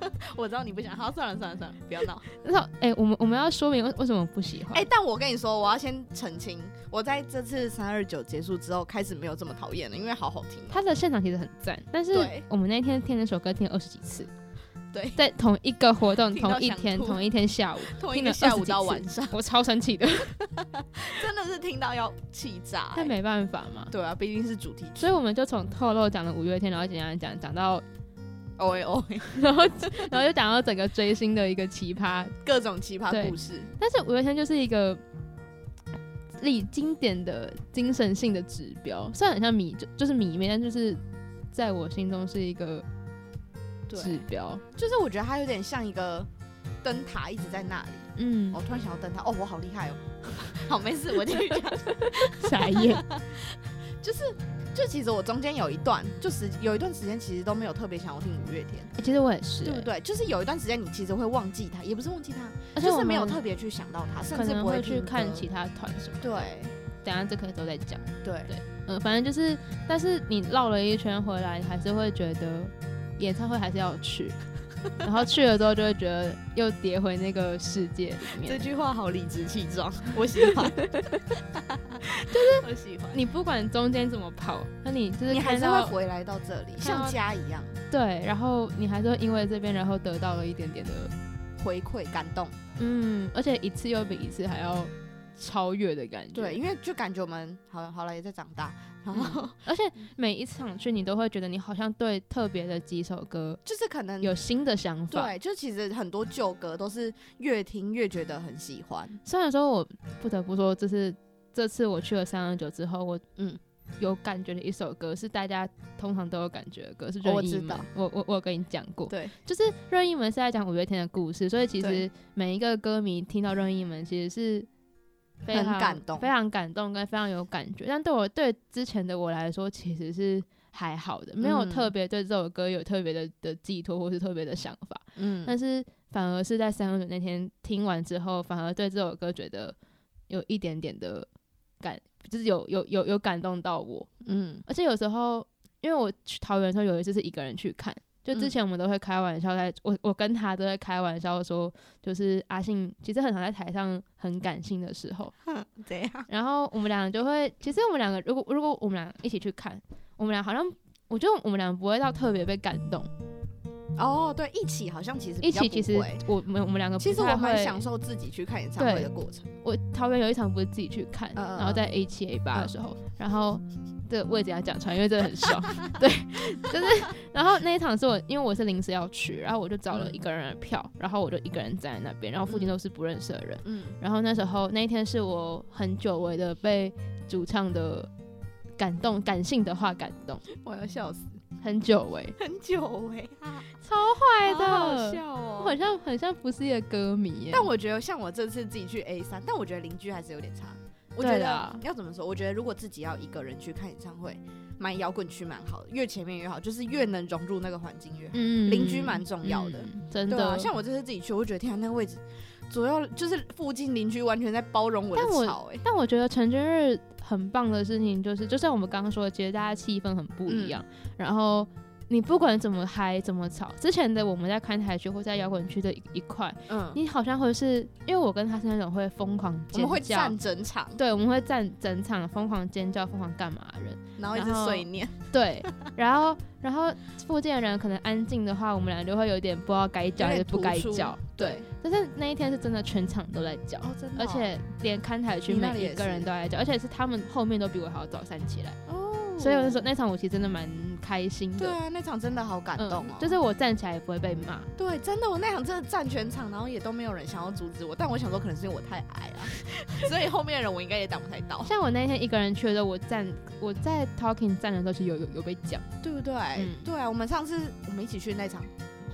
Speaker 3: 我知道你不想，好，算了算了算了，不要闹。
Speaker 1: 那时候哎、我们我们要说明为为什么不喜欢。
Speaker 3: 哎、但我跟你说，我要先澄清，我在这次三二九结束之后，开始没有这么讨厌了，因为好好听哦、
Speaker 1: 他的现场其实很赞，但是
Speaker 3: 对
Speaker 1: 我们那天听那首歌听了二十几次，
Speaker 3: 对
Speaker 1: 在同一个活动、
Speaker 3: 听到
Speaker 1: 同一
Speaker 3: 想
Speaker 1: 天、
Speaker 3: 吐
Speaker 1: 同一天下午，
Speaker 3: 同一
Speaker 1: 听
Speaker 3: 个
Speaker 1: 了
Speaker 3: 下
Speaker 1: 20
Speaker 3: 午
Speaker 1: 几
Speaker 3: 到
Speaker 1: 次
Speaker 3: 晚上，
Speaker 1: 我超生气 的，
Speaker 3: 真的是听到要气炸、
Speaker 1: 但
Speaker 3: 哎
Speaker 1: 没办法嘛。
Speaker 3: 对啊，毕竟是主题曲
Speaker 1: 所以我们就从透露讲了五月天，然后简单讲讲到，
Speaker 3: ，O A O，
Speaker 1: 然后然后就讲到整个追星的一个奇葩。
Speaker 3: 各种奇葩
Speaker 1: 对
Speaker 3: 故事。
Speaker 1: 但是五月天就是一个历经典的精神性的指标，虽然很像迷，就就是迷妹，但就是在我心中是一个指
Speaker 3: 对，
Speaker 1: 标。
Speaker 3: 就是我觉得它有点像一个灯塔一直在那里。
Speaker 1: 嗯
Speaker 3: 我、，突然想到灯塔，哦， 我 好厉害哦。好，没事，我继续讲。
Speaker 1: 傻眼。
Speaker 3: 就是就其实我中间有一段，就是有一段时间其实都没有特别想要听五月天，
Speaker 2: 欸其实我也是、
Speaker 3: 对不
Speaker 2: 欸，
Speaker 3: 对？就是有一段时间你其实会忘记他，也不是忘记他，
Speaker 2: 而且
Speaker 3: 就
Speaker 2: 我
Speaker 3: 是没有
Speaker 2: 们
Speaker 3: 特别去想到他，甚
Speaker 1: 可
Speaker 3: 至
Speaker 1: 能
Speaker 3: 不
Speaker 1: 会
Speaker 3: 会
Speaker 1: 去看其
Speaker 3: 其
Speaker 1: 他团什么。，
Speaker 3: 对
Speaker 1: 等一下这可以都在讲。
Speaker 3: 对
Speaker 1: 对嗯，反正就是，但是你绕了一圈回来，还是会觉得演唱会还是要 去，然后去了之后就会觉得又跌回那个世界里面。
Speaker 3: 句话好理直气 壮，我喜欢，就是我喜欢。
Speaker 1: 你不管中间怎么跑，那你就是
Speaker 3: 你还
Speaker 1: 看
Speaker 3: 是会
Speaker 1: 到
Speaker 3: 回来到这里，
Speaker 1: 看到
Speaker 3: 像家一样
Speaker 1: 对，然后你还是会因为这边，然后得到了一点点的，
Speaker 3: 回馈感动。
Speaker 1: 嗯，而且一次又比一次还要超越的感觉。
Speaker 3: 对，因为就感觉我们好好了也在长大，然后、
Speaker 1: 而且每一场去，你都会觉得你好像对特别的几首歌
Speaker 3: 就是可能
Speaker 1: 有新的想法。
Speaker 3: 对，就其实很多旧歌都是越听越觉得很喜欢。
Speaker 1: 虽然说我不得不说，这是这次我去了三二九之后，我
Speaker 3: 嗯
Speaker 1: 有感觉的一首歌，是大家通常都有感觉的歌，是任
Speaker 3: 哦我
Speaker 1: 意
Speaker 3: 知
Speaker 1: 门。
Speaker 3: 道
Speaker 1: 我我我有跟你讲过，
Speaker 3: 对，
Speaker 1: 就是任意门是在讲五月天的故事，所以其实
Speaker 3: 对
Speaker 1: 每一个歌迷听到任意门，其实是。非
Speaker 3: 很
Speaker 1: 常
Speaker 3: 感动
Speaker 1: 非常感动，跟非常有感觉。但对我对之前的我来说，其实是还好的，没有
Speaker 3: 嗯
Speaker 1: 特别对这首歌有特别的的寄托，或是特别的想法。
Speaker 3: 嗯，
Speaker 1: 但是反而是在三二九那天听完之后，反而对这首歌觉得有一点点的感，就是有有有有感动到我。
Speaker 3: 嗯
Speaker 1: 而且有时候，因为我去桃园的时候，有一次是一个人去看，就之
Speaker 3: 嗯
Speaker 1: 前我们都会开玩笑在，我我跟他都在开玩笑说，就是阿信其实很常在台上很感性的时 候，
Speaker 3: 哼，怎样？
Speaker 1: 然后我们俩就会，其实我们两个如果如果我们俩一起去看，我们俩好像我觉得我们俩不会到特别被感动，
Speaker 3: 哦，对，一起好像其嗯实比
Speaker 1: 一
Speaker 3: 较
Speaker 1: 起
Speaker 3: 不
Speaker 1: 其实
Speaker 3: 会
Speaker 1: 我们我们两个不
Speaker 3: 其实
Speaker 1: 太
Speaker 3: 我蛮
Speaker 1: 会
Speaker 3: 享受自己去看演唱会的过程。
Speaker 1: 我桃园有一场不是自己去看，
Speaker 3: 嗯嗯嗯
Speaker 1: 然后在 A 七 A 八的时候，然后这个位置要讲出来，因为这个很爽。 对，就是然后那一场是我，因为我是临时要去，然后我就找了一个人的票，然后我就一个人站在那边，然后附近都是不认识的人。
Speaker 3: 嗯，
Speaker 1: 然后那时候那一天是我很久违的被主唱的感动，感性的话感动，
Speaker 3: 我要笑死，
Speaker 1: 很久违，
Speaker 3: 很久 哎、啊，
Speaker 1: 超坏的，
Speaker 3: 好好笑哦
Speaker 1: 我。很像很像不是一个歌迷耶，
Speaker 3: 但我觉得像我这次自己去 A 三，但我觉得邻居还是有点差。我觉
Speaker 1: 对
Speaker 3: 得
Speaker 1: 啦
Speaker 3: 要怎么说？我觉得如果自己要一个人去看演唱会，买摇滚区蛮好的，越前面越好，就是越能融入那个环境越好。
Speaker 1: 嗯
Speaker 3: 邻居蛮重要的
Speaker 1: 嗯真
Speaker 3: 对
Speaker 1: 的。
Speaker 3: 啊，像我这次自己去，我就觉得天啊，那个位置左右就是附近邻居完全在包容我的
Speaker 1: 但我
Speaker 3: 吵哎、欸
Speaker 1: 但我觉得成军日很棒的事情就是，就像我们刚刚说的，其实大家气氛很不
Speaker 3: 嗯
Speaker 1: 一样。然后你不管怎么嗨、怎么吵，之前的我们在看台区或在摇滚区的一一块，
Speaker 3: 嗯，
Speaker 1: 你好像会是因为我跟他是那种会疯狂
Speaker 3: 我
Speaker 1: 尖
Speaker 3: 们会
Speaker 1: 叫
Speaker 3: 站，整场，
Speaker 1: 对，我们会站整场疯狂尖叫、疯狂干嘛的人。
Speaker 3: 然后一直
Speaker 1: 然后
Speaker 3: 碎念，
Speaker 1: 对，然后然后附近的人可能安静的话，我们俩就会有点不知道该叫
Speaker 3: 有
Speaker 1: 还
Speaker 3: 点
Speaker 1: 是不该
Speaker 3: 突出
Speaker 1: 叫。对，，但是那一天是真的全场都在叫。
Speaker 3: 哦真的
Speaker 1: 而
Speaker 3: 哦，
Speaker 1: 且连看台区
Speaker 3: 你那里
Speaker 1: 每
Speaker 3: 也
Speaker 1: 一个人
Speaker 3: 是
Speaker 1: 都在叫，而且是他们后面都比我还要早站起来，
Speaker 3: 哦，
Speaker 1: 所以我就说那场我其实真的蛮开心
Speaker 3: 对
Speaker 1: 的，
Speaker 3: 啊，那场真的好感
Speaker 1: 嗯
Speaker 3: 动哦，
Speaker 1: 就是我站起来也不会被骂，
Speaker 3: 对，真的，我那场真的站全场，然后也都没有人想要阻止我，但我想说可能是因为我太矮了， 所以后面的人我应该也挡不太到，
Speaker 1: 像我那天一个人去的时候，我站我在 talking 站的时候，其实有有有被讲，
Speaker 3: 对不对？
Speaker 1: 嗯
Speaker 3: 对啊，我们上次我们一起去那场，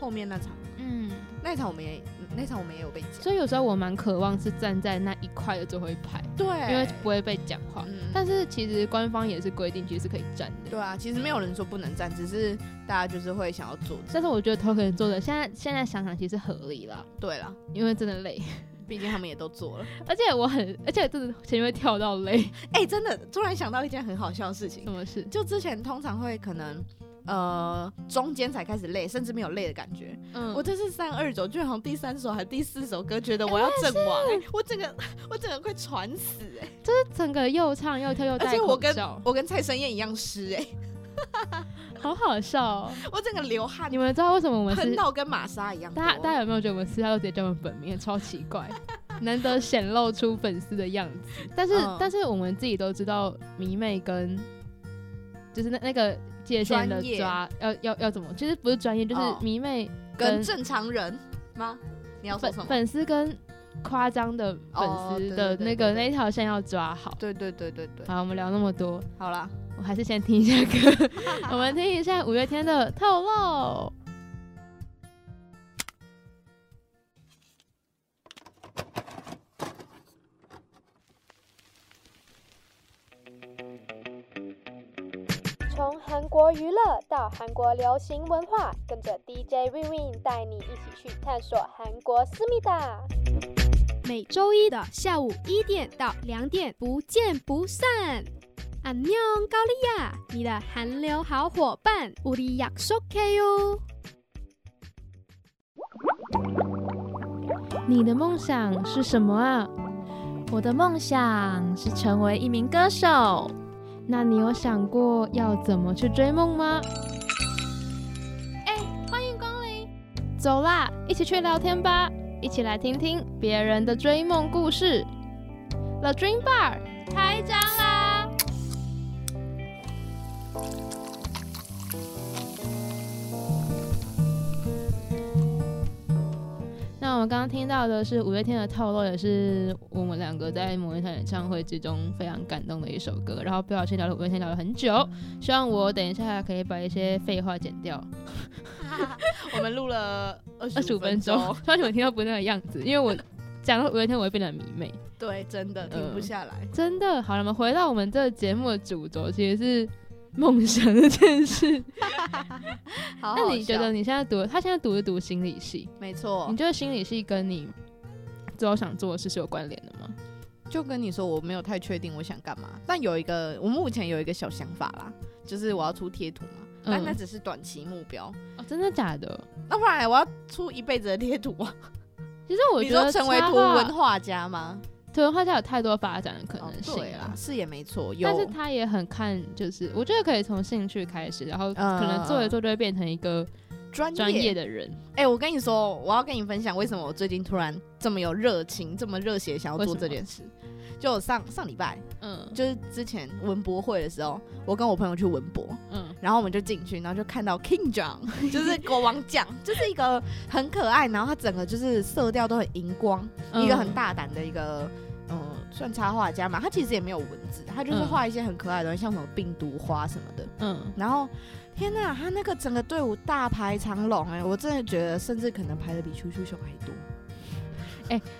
Speaker 3: 后面那场，
Speaker 1: 嗯，
Speaker 3: 那场我们也那场我们也有被讲，
Speaker 1: 所以有时候我蛮渴望是站在那一块的最后一排，
Speaker 3: 对，
Speaker 1: 因为不会被讲话，
Speaker 3: 嗯
Speaker 1: 但是其实官方也是规定其实是可以站的。
Speaker 3: 对啊，其实没有人说不能站，只是大家就是会想要阻止。
Speaker 1: 但是我觉得 Token 做的，现在现在想想其实合理啦，
Speaker 3: 对了，
Speaker 1: 因为真的累，
Speaker 3: 毕竟他们也都做了。
Speaker 1: 而且我很，而且真的前面会跳到累，
Speaker 3: 哎、真的，突然想到一件很好笑的事情
Speaker 1: 什，么事？
Speaker 3: 就之前通常会可能。呃，中间才开始累，甚至没有累的感觉。
Speaker 1: 嗯
Speaker 3: 我这是三二九，居然好像第三首还是第四首歌，觉得我要阵亡、哎我整个 我整个快喘 死哎、
Speaker 1: 整个又唱又跳又
Speaker 3: 而
Speaker 1: 戴
Speaker 3: 且我
Speaker 1: 口
Speaker 3: 跟
Speaker 1: 罩，
Speaker 3: 我跟蔡生燕一样 湿哎、
Speaker 1: 好好笑 哦！
Speaker 3: 我整个流汗
Speaker 1: 你，们知道为什么我们
Speaker 3: 喷
Speaker 1: 是
Speaker 3: 到跟玛莎一样多。
Speaker 1: 大家大家有没有觉得我们私下都直接叫我们本名，超奇 怪，难得显露出粉丝的样子。但是、
Speaker 3: 嗯
Speaker 1: 但是我们自己都知道迷妹跟就是那那个界限的
Speaker 3: 专业
Speaker 1: 抓要要要怎么，其实不是专业，就是
Speaker 3: 哦
Speaker 1: 迷妹
Speaker 3: 跟
Speaker 1: 跟
Speaker 3: 正常人吗？你要说
Speaker 1: 粉
Speaker 3: 什么？
Speaker 1: 粉丝跟夸张的
Speaker 3: 哦
Speaker 1: 粉
Speaker 3: 对
Speaker 1: 丝
Speaker 3: 对
Speaker 1: 的
Speaker 3: 对
Speaker 1: 那
Speaker 3: 对
Speaker 1: 个
Speaker 3: 对
Speaker 1: 那条线要抓好。
Speaker 3: 对对对对对，
Speaker 1: 好，我们聊那么多，
Speaker 3: 好啦，
Speaker 1: 我还是先听一下 歌， 我们听一下五月天的《透露》。
Speaker 4: 透露，从韩国娱乐到韩国流行文化，跟着 DJ Win Win 带你一起去探索韩国思密达。
Speaker 5: 每周一的下午一点到两点，不见不散。안녕高丽亚，你的韩流好伙伴，우리약속해요。
Speaker 2: 你的梦想是什么啊？我的梦想是成为一名歌手。
Speaker 1: 那你有想过要怎么去追梦吗？哎，欢迎光临！走啦，一起去聊天吧，一起来听听别人的追梦故事。The Dream Bar 开张啦！那我们刚刚听到的是五月天的《透露》，也是我们两个在某一场演唱会之中非常感动的一首歌。然后不小心聊了五月天聊了很久，希望我等一下可以把一些废话剪掉。
Speaker 3: 我们录了二
Speaker 1: 二十
Speaker 3: 五
Speaker 1: 五分钟，
Speaker 3: 钟，
Speaker 1: 希望你们听到不是那个样子，因为我讲到五月天，我会变得很迷妹。
Speaker 3: 对，真的
Speaker 1: 嗯
Speaker 3: 停不下来。
Speaker 1: 真的，好了，我们回到我们这个节目的主轴，其实是梦想这件事。
Speaker 3: 好
Speaker 1: 那你觉得
Speaker 3: 好笑？
Speaker 1: 你现在读，他现在读是读心理系，
Speaker 3: 没
Speaker 1: 你
Speaker 3: 错，
Speaker 1: 觉得心理系跟你最后想做的事是有关联的吗？
Speaker 3: 就跟你说，我没有太确定我想干嘛，但有一个，我目前有一个小想法啦，就是我要出贴图嘛，但
Speaker 1: 嗯
Speaker 3: 那只是短期目标，
Speaker 1: 哦，真的假的？
Speaker 3: 那不然我要出一辈子的贴图啊！
Speaker 1: 其实我
Speaker 3: 你
Speaker 1: 觉
Speaker 3: 说
Speaker 1: 得
Speaker 3: 成为
Speaker 1: 插
Speaker 3: 图
Speaker 1: 画
Speaker 3: 文画家吗？
Speaker 1: 图文画家有太多发展的可
Speaker 3: 哦
Speaker 1: 能性
Speaker 3: 对啦，
Speaker 1: 了。
Speaker 3: 是也没错，有
Speaker 1: 但是他也很看，就是我觉得可以从兴趣开始，然后
Speaker 3: 嗯
Speaker 1: 可能做一做就会变成一个
Speaker 3: 专
Speaker 1: 专
Speaker 3: 业
Speaker 1: 业的人。
Speaker 3: 哎、我跟你说，我要跟你分享为什么我最近突然这么有热情、这么热血想要
Speaker 1: 为什
Speaker 3: 做
Speaker 1: 么
Speaker 3: 这件事。就我上上礼拜，
Speaker 1: 嗯，
Speaker 3: 就是之前文博会的时候，我跟我朋友去文博，
Speaker 1: 嗯
Speaker 3: 然后我们就进去，然后就看到 King John，就是国王奖， 就是一个很可爱，然后他整个就是色调都很荧光，一个很大胆的一个。嗯，算插画家嘛，他其实也没有文字，他就是
Speaker 1: 嗯
Speaker 3: 画一些很可爱的东西，像什么病毒花什么的。
Speaker 1: 嗯，
Speaker 3: 然后，天呐，他那个整个队伍大排长龙，哎，我真的觉得，甚至可能排的比球球熊还多。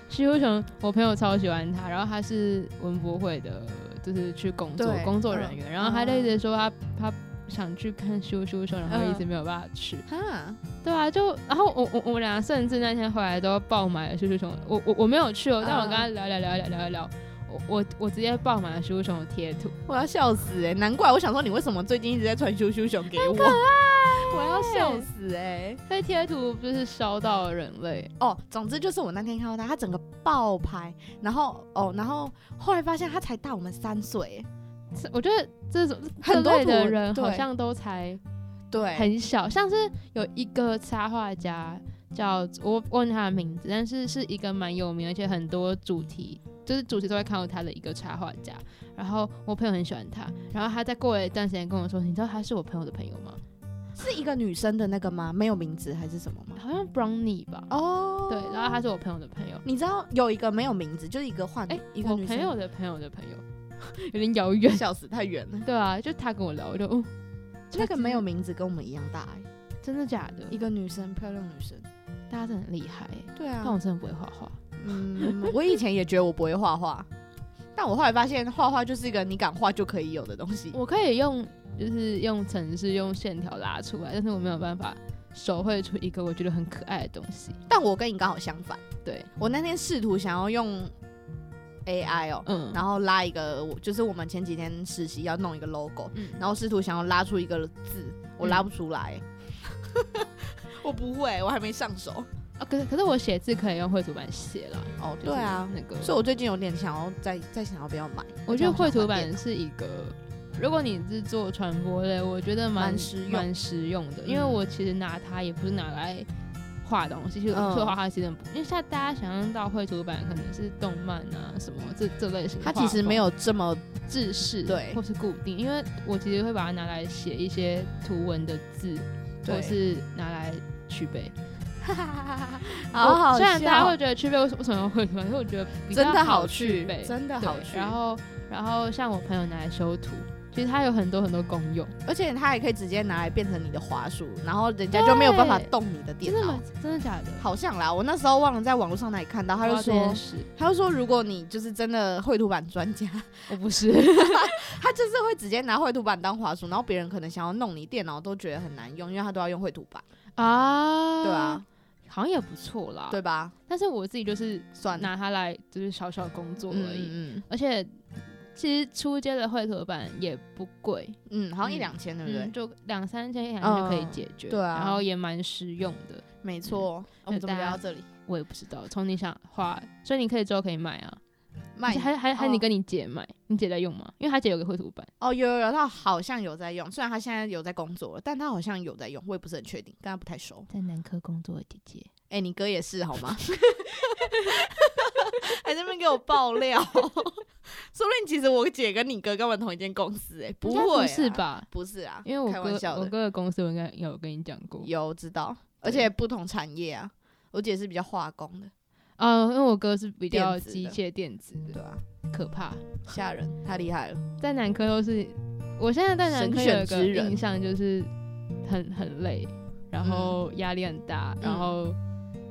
Speaker 1: 徐无雄，我朋友超喜欢他，然后他是文博会的，就是去工作
Speaker 3: 对
Speaker 1: 工作人员，
Speaker 3: 嗯
Speaker 1: 然后他就一直说他他想去看修修修，然后
Speaker 3: 嗯
Speaker 1: 一直没有办法去。
Speaker 3: 哈，
Speaker 1: 对啊，就然后我我我们俩甚至那天回来都爆买了修修熊，我我我没有去哦，但我跟
Speaker 3: 嗯
Speaker 1: 他聊聊聊聊聊聊，我我我直接爆买了修修熊的贴图，
Speaker 3: 我要笑死哎、难怪我想说你为什么最近一直在传羞羞熊给我， 我要笑死哎、
Speaker 1: 被贴图就是烧到人类。
Speaker 3: 哦，总之就是我那天看到他，他整个爆拍，然后哦，然后后来发现他才大我们三岁、
Speaker 1: 这我觉得这种
Speaker 3: 很多
Speaker 1: 这类的
Speaker 3: 图
Speaker 1: 人好
Speaker 3: 对
Speaker 1: 像都才
Speaker 3: 哎，对，
Speaker 1: 很小，像是有一个插画家叫我忘记他的名字，但是是一个蛮有名，而且很多主题就是主题都会看到他的一个插画家。然后我朋友很喜欢他，然后他在过了一段时间跟我说：“你知道他是我朋友的朋友吗？
Speaker 3: 是一个女生的那个吗？没有名字还是什么吗？
Speaker 1: 好像 Brownie 吧？”
Speaker 3: 哦，
Speaker 1: 对，然后他是我朋友的朋友。
Speaker 3: 你知道有一个没有名字，就是一个换、
Speaker 1: 哎、
Speaker 3: 哦一个
Speaker 1: 我
Speaker 3: 女
Speaker 1: 朋
Speaker 3: 生
Speaker 1: 友的朋友的朋友， 有点遥远。
Speaker 3: 笑死太远 了。
Speaker 1: 对啊，就他跟我聊，我就嗯，
Speaker 3: 那个没有
Speaker 1: 名，
Speaker 3: 名字跟我们一样大、欸，
Speaker 1: 真的假的
Speaker 3: 一？个女生，漂亮女生。
Speaker 1: 大家真的很厉害欸，
Speaker 3: 对
Speaker 1: 但
Speaker 3: 啊
Speaker 1: 我，真的不会画画。
Speaker 3: 嗯，我以前也觉得我不会画画，但我后来发现画画就是一个你敢画就可以有的东西。
Speaker 1: 我可以用就是用程式用线条拉出来，但是我没有办法手绘出一个我觉得很可爱的东西。
Speaker 3: 但我跟你刚好相反，
Speaker 1: 对，
Speaker 3: 我那天试图想要用 AI 哦，
Speaker 1: 嗯，
Speaker 3: 然后拉一个，我就是我们前几天实习要弄一个 logo，
Speaker 1: 嗯，
Speaker 3: 然后试图想要拉出一个字，我拉不出来。 我不会，我还没上手。
Speaker 1: 啊，可是可是我写字可以用绘图板写了，
Speaker 3: 哦，
Speaker 1: 就是
Speaker 3: 对啊，
Speaker 1: 那个，
Speaker 3: 所以我最近有点想要再再想要不要买。
Speaker 1: 我觉得绘图
Speaker 3: 想换
Speaker 1: 板
Speaker 3: 电
Speaker 1: 是一个。如果你是做传播类，我觉得蛮
Speaker 3: 蛮实用
Speaker 1: 蛮实用的，因为
Speaker 3: 嗯
Speaker 1: 我其实拿它也不是拿来画东西，其实
Speaker 3: 嗯
Speaker 1: 我画画其实很不，因为现在大家想象到绘图板可能是动漫啊什么这这类型的
Speaker 3: 它
Speaker 1: 画风，
Speaker 3: 其实没有这么
Speaker 1: 制式，
Speaker 3: 对
Speaker 1: 或是固定，因为我其实会把它拿来写一些图文的字，
Speaker 3: 对
Speaker 1: 或是拿来取背。
Speaker 3: 好好
Speaker 1: 我虽然大家
Speaker 3: 笑
Speaker 1: 会觉得取背为什么为什么会，可是我觉得比较
Speaker 3: 真的
Speaker 1: 好
Speaker 3: 好去
Speaker 1: 背，
Speaker 3: 真的好
Speaker 1: 对
Speaker 3: 去
Speaker 1: 然后，然后像我朋友拿来修图，其实它有很多很多功用，
Speaker 3: 而且它也可以直接拿来变成你的滑鼠，然后人家就没有办法
Speaker 1: 对
Speaker 3: 动你的电
Speaker 1: 真的
Speaker 3: 脑
Speaker 1: 吗。？真的假的？
Speaker 3: 好像啦，我那时候忘了在网络上哪里看到，他
Speaker 1: 我
Speaker 3: 就
Speaker 1: 要这件
Speaker 3: 说，
Speaker 1: 事，
Speaker 3: 他就说，如果你就是真的绘图板专家，
Speaker 1: 我不是，
Speaker 3: 他就是会直接拿绘图板当滑鼠，然后别人可能想要弄你电脑都觉得很难用，因为他都要用绘图板，
Speaker 1: 啊，
Speaker 3: 对啊，，
Speaker 1: 好像也不错啦。
Speaker 3: 对，吧？
Speaker 1: 但是我自己就是
Speaker 3: 算了，
Speaker 1: 拿它来就是小小工作而已，
Speaker 3: 嗯嗯
Speaker 1: 而且其实出街的绘图板也不贵，
Speaker 3: 嗯，嗯好像一
Speaker 1: 嗯
Speaker 3: 两千，对不
Speaker 1: 嗯，
Speaker 3: 对？
Speaker 1: 就两三千一两千就可以
Speaker 3: 嗯
Speaker 1: 解决，
Speaker 3: 对啊
Speaker 1: 然后也蛮实用的。
Speaker 3: 没错。哦我们怎么
Speaker 1: 嗯大家
Speaker 3: 聊到这里？
Speaker 1: 我也不知道，从你想画，所以你可以之后可以买啊，
Speaker 3: 卖
Speaker 1: 而且还还还你
Speaker 3: 哦
Speaker 1: 跟你姐买，你姐在用吗？因为她姐有个绘图板，
Speaker 3: 哦，有有有，他好像有在用，虽然他现在有在工作了，但他好像有在用，我也不是很确定，跟他不太熟。
Speaker 1: 在南科工作的姐姐，
Speaker 3: 哎、你哥也是好吗？ 还在那边给我爆料， 说不定其实我姐跟你哥根本同一间公司、哎，不
Speaker 1: 应该
Speaker 3: 会、
Speaker 1: 不是？吧？
Speaker 3: 不是啊，
Speaker 1: 因为我
Speaker 3: 开玩笑
Speaker 1: 哥我
Speaker 3: 的，
Speaker 1: 哥的公司我应该有跟你讲过，
Speaker 3: 有知道，而且不同产业啊，我姐是比较化工的，
Speaker 1: 啊、因为我哥是比较
Speaker 3: 电子的
Speaker 1: 机械电子的，
Speaker 3: 对啊，
Speaker 1: 可怕。
Speaker 3: 吓人，太厉害了，
Speaker 1: 在南科都是，我现在在南科
Speaker 3: 神选
Speaker 1: 有一个
Speaker 3: 之人嗯
Speaker 1: 印象就是很很累，然后压力很大，然后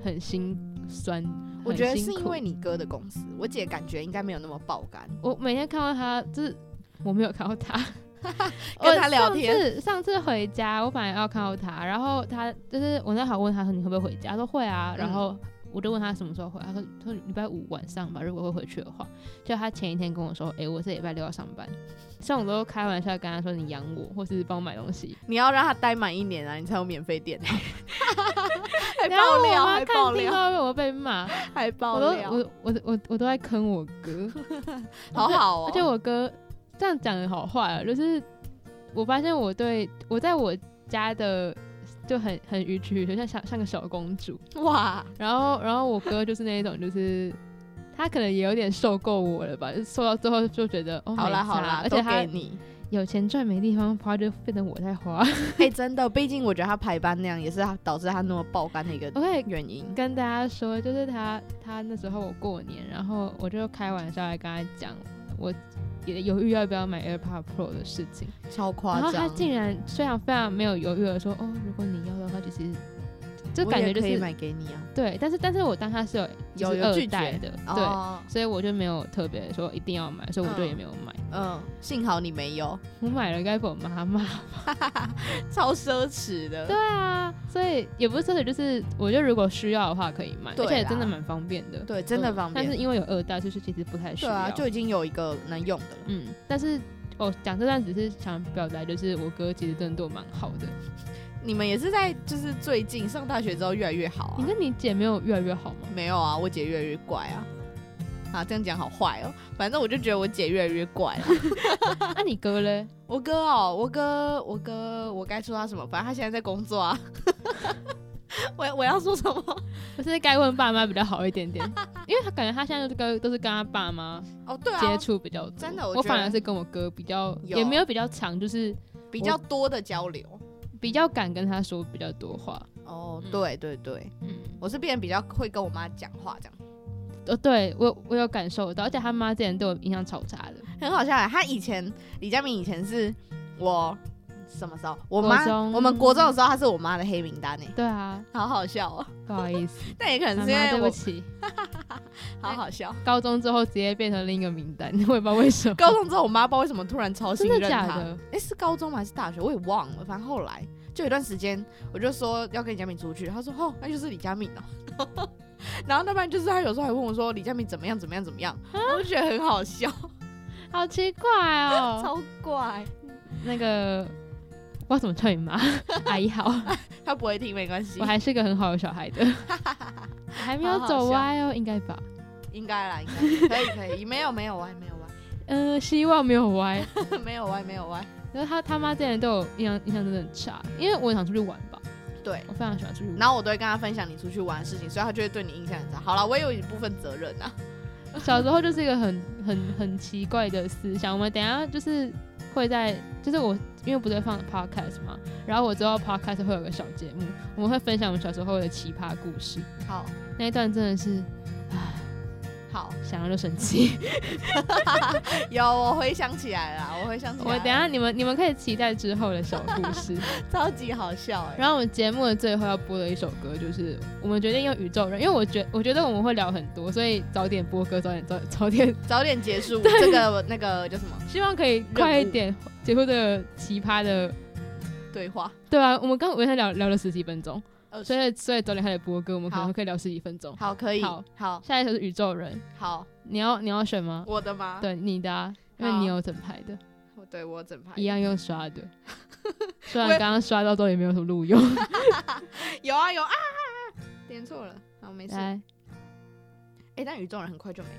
Speaker 1: 很心酸。
Speaker 3: 我觉得
Speaker 1: 很
Speaker 3: 是
Speaker 1: 辛苦
Speaker 3: 因为你哥的公司，我姐感觉应该没有那么爆肝，
Speaker 1: 我每天看到他，就是我没有看到他，
Speaker 3: 跟他聊天
Speaker 1: 我上次上次回家，我本来要看到他，然后他就是我那好问他说你会不会回家，他说会啊，
Speaker 3: 嗯
Speaker 1: 然后我就问他什么时候回，他说他说礼拜五晚上吧，如果会回去的话。就他前一天跟我说，诶，我这礼拜六要上班，像我都开玩笑跟他说你养我，或是帮我买东西。
Speaker 3: 你要让他待满一年啊，你才有免费电脑， 还
Speaker 1: 然后
Speaker 3: 爆
Speaker 1: 我
Speaker 3: 料，
Speaker 1: 妈
Speaker 3: 还
Speaker 1: 看
Speaker 3: 爆
Speaker 1: 听
Speaker 3: 料，
Speaker 1: 到会我被骂，
Speaker 3: 还
Speaker 1: 我
Speaker 3: 爆
Speaker 1: 都
Speaker 3: 料，
Speaker 1: 我我我我都在坑我哥，
Speaker 3: 好好哦，
Speaker 1: 而且我哥这样讲的好坏啊，就是我发现我对我在我家的就很很予取予求，像像像个小公主。
Speaker 3: 哇，
Speaker 1: 然后然后我哥就是那一种，就是他可能也有点受够我了吧，就是受到最后就觉得哦，
Speaker 3: 好啦
Speaker 1: 没差
Speaker 3: 好啦，
Speaker 1: 而且
Speaker 3: 都
Speaker 1: 他
Speaker 3: 给你。
Speaker 1: 有钱赚没地方花，就变成我在花。
Speaker 3: 哎、真的，毕竟我觉得他排班那样也是他导致他那么爆肝的一个
Speaker 1: 我可以
Speaker 3: 原因。
Speaker 1: 跟大家说，就是他他那时候我过年，然后我就开玩笑来跟他讲，我也犹豫要不要买 AirPod Pro 的事情。
Speaker 3: 超夸
Speaker 1: 然后
Speaker 3: 张。
Speaker 1: 他竟然非常非常没有犹豫的说：“哦，如果你要的话，其实就
Speaker 3: 我
Speaker 1: 感
Speaker 3: 也
Speaker 1: 觉就
Speaker 3: 可以
Speaker 1: 是
Speaker 3: 买给你啊，
Speaker 1: 对，但是但是我当他是有
Speaker 3: 有
Speaker 1: 就是
Speaker 3: 有拒
Speaker 1: 二代
Speaker 3: 绝
Speaker 1: 的，对，
Speaker 3: 哦，
Speaker 1: 所以我就没有特别说一定要买，所以我就
Speaker 3: 嗯
Speaker 1: 也没有 买。
Speaker 3: 嗯，幸好你没有，
Speaker 1: 我买了应该被我妈骂。
Speaker 3: 超奢侈的。
Speaker 1: 对啊，所以也不是奢侈，就是我觉得如果需要的话可以买，
Speaker 3: 对
Speaker 1: 而且真的
Speaker 3: 啦
Speaker 1: 蛮方便的。
Speaker 3: 对真的
Speaker 1: 嗯
Speaker 3: 方
Speaker 1: 但是
Speaker 3: 便
Speaker 1: 因为有二代，就是其实不太需
Speaker 3: 对
Speaker 1: 要。
Speaker 3: 啊，就已经有一个能用的了。
Speaker 1: 嗯，但是我讲这段只是想表达，就是我哥其实真的对我蛮好的。
Speaker 3: 你们也是在就是最近上大学之后越来越好
Speaker 1: 你
Speaker 3: 啊？
Speaker 1: 跟你姐没有越来越好 吗？
Speaker 3: 没有啊，我姐越来越怪啊。啊，这样讲好坏哦。反正我就觉得我姐越来越怪 了。
Speaker 1: 那、啊你哥嘞？
Speaker 3: 我哥哦，我哥，我哥，我该说他什么？反正他现在在工作啊。 我我要说什么？
Speaker 1: 不是该问爸妈比较好一点 点，因为他感觉他现在都是跟都是跟他爸妈
Speaker 3: 哦，对
Speaker 1: 接
Speaker 3: 啊，
Speaker 1: 触比较多。
Speaker 3: 真的我
Speaker 1: 我
Speaker 3: 觉得
Speaker 1: 反而是跟我哥比较，
Speaker 3: 有
Speaker 1: 也没有比较长，就是
Speaker 3: 比较多的交流。
Speaker 1: 比较敢跟他说比较多话。
Speaker 3: 哦
Speaker 1: 嗯，
Speaker 3: 对对对，
Speaker 1: 嗯，
Speaker 3: 我是变得比较会跟我妈讲话这样。
Speaker 1: 哦，对我我有感受到，而且他妈之前对我印象超差的。
Speaker 3: 很好笑欸。他以前李佳明以前是我什么时候？我妈
Speaker 1: 国中
Speaker 3: 我们国中的时候，他是我妈的黑名单呢，欸
Speaker 1: 对啊，
Speaker 3: 好好笑哦。
Speaker 1: 不好意 思，
Speaker 3: 但也可
Speaker 1: 妈
Speaker 3: 能
Speaker 1: 妈
Speaker 3: 是因为
Speaker 1: 对不
Speaker 3: 我
Speaker 1: 起。
Speaker 3: 好好笑。
Speaker 1: 高中之后直接变成另一个名单，我 也不知道为什么。
Speaker 3: 高中之后，我妈不知道为什么突然超信
Speaker 1: 真
Speaker 3: 任
Speaker 1: 的假
Speaker 3: 他。
Speaker 1: 的？
Speaker 3: 哎、是高中吗？还是大学？我也忘了。反正后来就有一段时间，我就说要跟李佳敏出去，他说哦，那就是李佳敏哦。 然后那边就是他有时候还问我说李佳敏怎么样怎么样怎么样，
Speaker 1: 啊
Speaker 3: 我就觉得很好笑，
Speaker 1: 好奇怪哦。
Speaker 3: 超怪。
Speaker 1: 那个，我要怎么叫你 妈？阿姨好，
Speaker 3: 他不会听没关系
Speaker 1: 我，还是个很好的小孩 的，还没有走歪哦，应该吧？
Speaker 3: 应该啦，应该可以可以，没有没有歪没有歪。
Speaker 1: 嗯、希望没有歪。
Speaker 3: 没有歪，没有歪。
Speaker 1: 然后他他妈之前对我印象印象真的很差，因为我很想出去玩吧，
Speaker 3: 对，
Speaker 1: 我非常喜欢出去玩。
Speaker 3: 然后我都会跟他分享你出去玩的事情，所以他就会对你印象很差。好了，我也有一部分责任啊。
Speaker 1: 小时候就是一个很很很奇怪的思想。我们等一下就是会在，就是我因为不是会放 podcast 嘛，然后我之后 podcast 会有个小节目，我们会分享我们小时候的奇葩故事。
Speaker 3: 好，
Speaker 1: 那一段真的是，唉，
Speaker 3: 好，
Speaker 1: 想到就生气。
Speaker 3: 有我回想起来了，我回想起来
Speaker 1: 我
Speaker 3: 了，
Speaker 1: 等一下你们你们可以期待之后的小故事。
Speaker 3: 超级好笑哎、
Speaker 1: 然后我们节目的最后要播的一首歌，就是我们决定用宇宙人，因为我觉我觉得我们会聊很多，所以早点播歌，早点早 早点，
Speaker 3: 早点结 束这个那个叫什么
Speaker 1: 希望可以快一点结束这个奇葩的，
Speaker 3: 对话？
Speaker 1: 对啊，我们刚维他聊聊了十几分钟，
Speaker 3: 呃
Speaker 1: 所以所以早点开始播歌，我们可
Speaker 3: 好
Speaker 1: 能可以聊十几分钟。
Speaker 3: 好，可以，
Speaker 1: 好
Speaker 3: 好，
Speaker 1: 下一首是宇宙人，
Speaker 3: 好，
Speaker 1: 你要你要选吗？
Speaker 3: 我的吗？
Speaker 1: 对，你的、啊，因为
Speaker 3: 好
Speaker 1: 你有整排的，
Speaker 3: 我，对我整排
Speaker 1: 一样用刷 的。虽然
Speaker 3: 我也
Speaker 1: 刚刚刷到都也没有什么 录用，
Speaker 3: 有啊有啊，点错了，好没事。哎、
Speaker 1: 来，
Speaker 3: 但宇宙人很快就没了。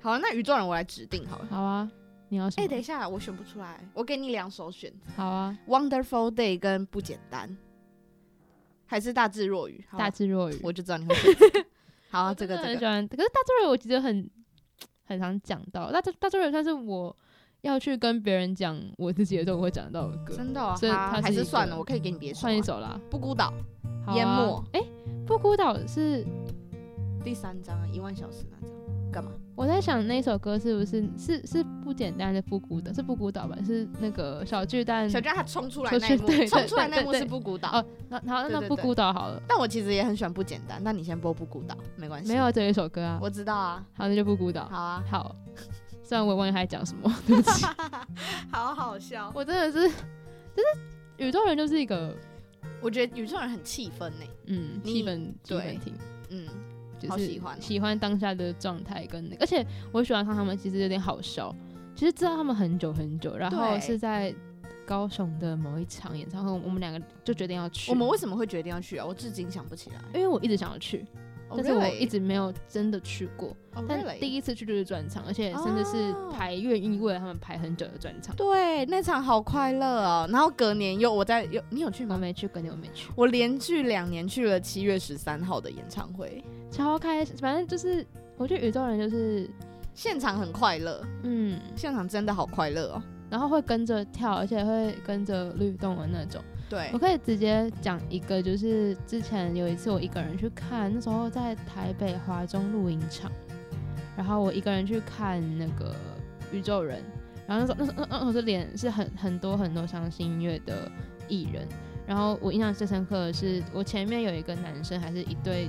Speaker 3: 好，那宇宙人我来指定好了。
Speaker 1: 好啊，你要什
Speaker 3: 哎、
Speaker 1: 么？
Speaker 3: 等一下，我选不出来，我给你两首选
Speaker 1: 好啊，
Speaker 3: ，Wonderful Day 跟不简单，还是大智若愚？好
Speaker 1: 大智若愚。
Speaker 3: 我就知道你会选这个。好、啊，
Speaker 1: 我
Speaker 3: 这
Speaker 1: 真
Speaker 3: 个
Speaker 1: 的
Speaker 3: 这
Speaker 1: 很喜
Speaker 3: 个，
Speaker 1: 欢，可是大智若愚我其实很很常讲到，大智大智若愚算是我要去跟别人讲我自己的时候我会讲到的歌，
Speaker 3: 真的、哦
Speaker 1: 所以
Speaker 3: 好
Speaker 1: 它是
Speaker 3: 还
Speaker 1: 一
Speaker 3: 是
Speaker 1: 个
Speaker 3: 算了，我可以给你别说、
Speaker 1: 换一，首啦，
Speaker 3: 不孤岛
Speaker 1: 好啊
Speaker 3: 啊淹没。
Speaker 1: 哎，不孤岛是
Speaker 3: 第三章啊，一万小时那张，干嘛？
Speaker 1: 我在想那首歌是不是是是不简单的不孤岛，是不孤岛吧？是那个小巨蛋。
Speaker 3: 小娟她冲出来
Speaker 1: 嗯出
Speaker 3: 那
Speaker 1: 去
Speaker 3: 一幕
Speaker 1: 对，对
Speaker 3: 冲出来那一幕
Speaker 1: 对
Speaker 3: 是
Speaker 1: 对
Speaker 3: 不孤岛。
Speaker 1: 哦那好，那
Speaker 3: 对对
Speaker 1: 不
Speaker 3: 对
Speaker 1: 孤岛好了，
Speaker 3: 但我其实也很喜欢不简单。那你先播不孤岛，没关系。
Speaker 1: 没有，啊，只有一首歌啊。
Speaker 3: 我知道啊。
Speaker 1: 好，那就不孤岛。
Speaker 3: 好啊，
Speaker 1: 好，虽然我也忘记他在讲什么，对不起。
Speaker 3: 好好笑。
Speaker 1: 我真的是，就是宇宙人就是一个
Speaker 3: 我觉得宇宙人很气氛呢。
Speaker 1: 嗯
Speaker 3: 你
Speaker 1: 气氛气
Speaker 3: 对
Speaker 1: 氛挺，
Speaker 3: 嗯，
Speaker 1: 就是
Speaker 3: 好喜欢哦
Speaker 1: 喜欢当下的状态跟那个，而且我喜欢看他们，其实有点好笑。其实知道他们很久很久，然后
Speaker 3: 对
Speaker 1: 是在高雄的某一场演唱会，我们两个就决定要去。
Speaker 3: 我们为什么会决定要去啊？我至今想不起来。
Speaker 1: 因为我一直想要去，
Speaker 3: 哦
Speaker 1: 但是我
Speaker 3: really？
Speaker 1: 一直没有真的去过。
Speaker 3: 哦
Speaker 1: 但
Speaker 3: really？
Speaker 1: 第一次去就是专场，而且甚至是
Speaker 3: 哦
Speaker 1: 排愿意为了他们排很久的专场。
Speaker 3: 对那场好快乐哦。然后隔年又我在有你有去
Speaker 1: 我
Speaker 3: 吗？
Speaker 1: 没去，跟你我没去，
Speaker 3: 我连续两年去了七月十三号的演唱会，
Speaker 1: 超开心。反正就是，我觉得宇宙人就是，
Speaker 3: 现场很快乐，
Speaker 1: 嗯，
Speaker 3: 现场真的好快乐哦。
Speaker 1: 然后会跟着跳，而且会跟着律动的那种。
Speaker 3: 对
Speaker 1: 我，可以直接讲一个，就是之前有一次我一个人去看，那时候在台北华中露营场，然后我一个人去看那个宇宙人，然后那时候那时候那时候是脸是很很多很多伤心音乐的艺人，然后我印象最深刻的是我前面有一个男生，还是一对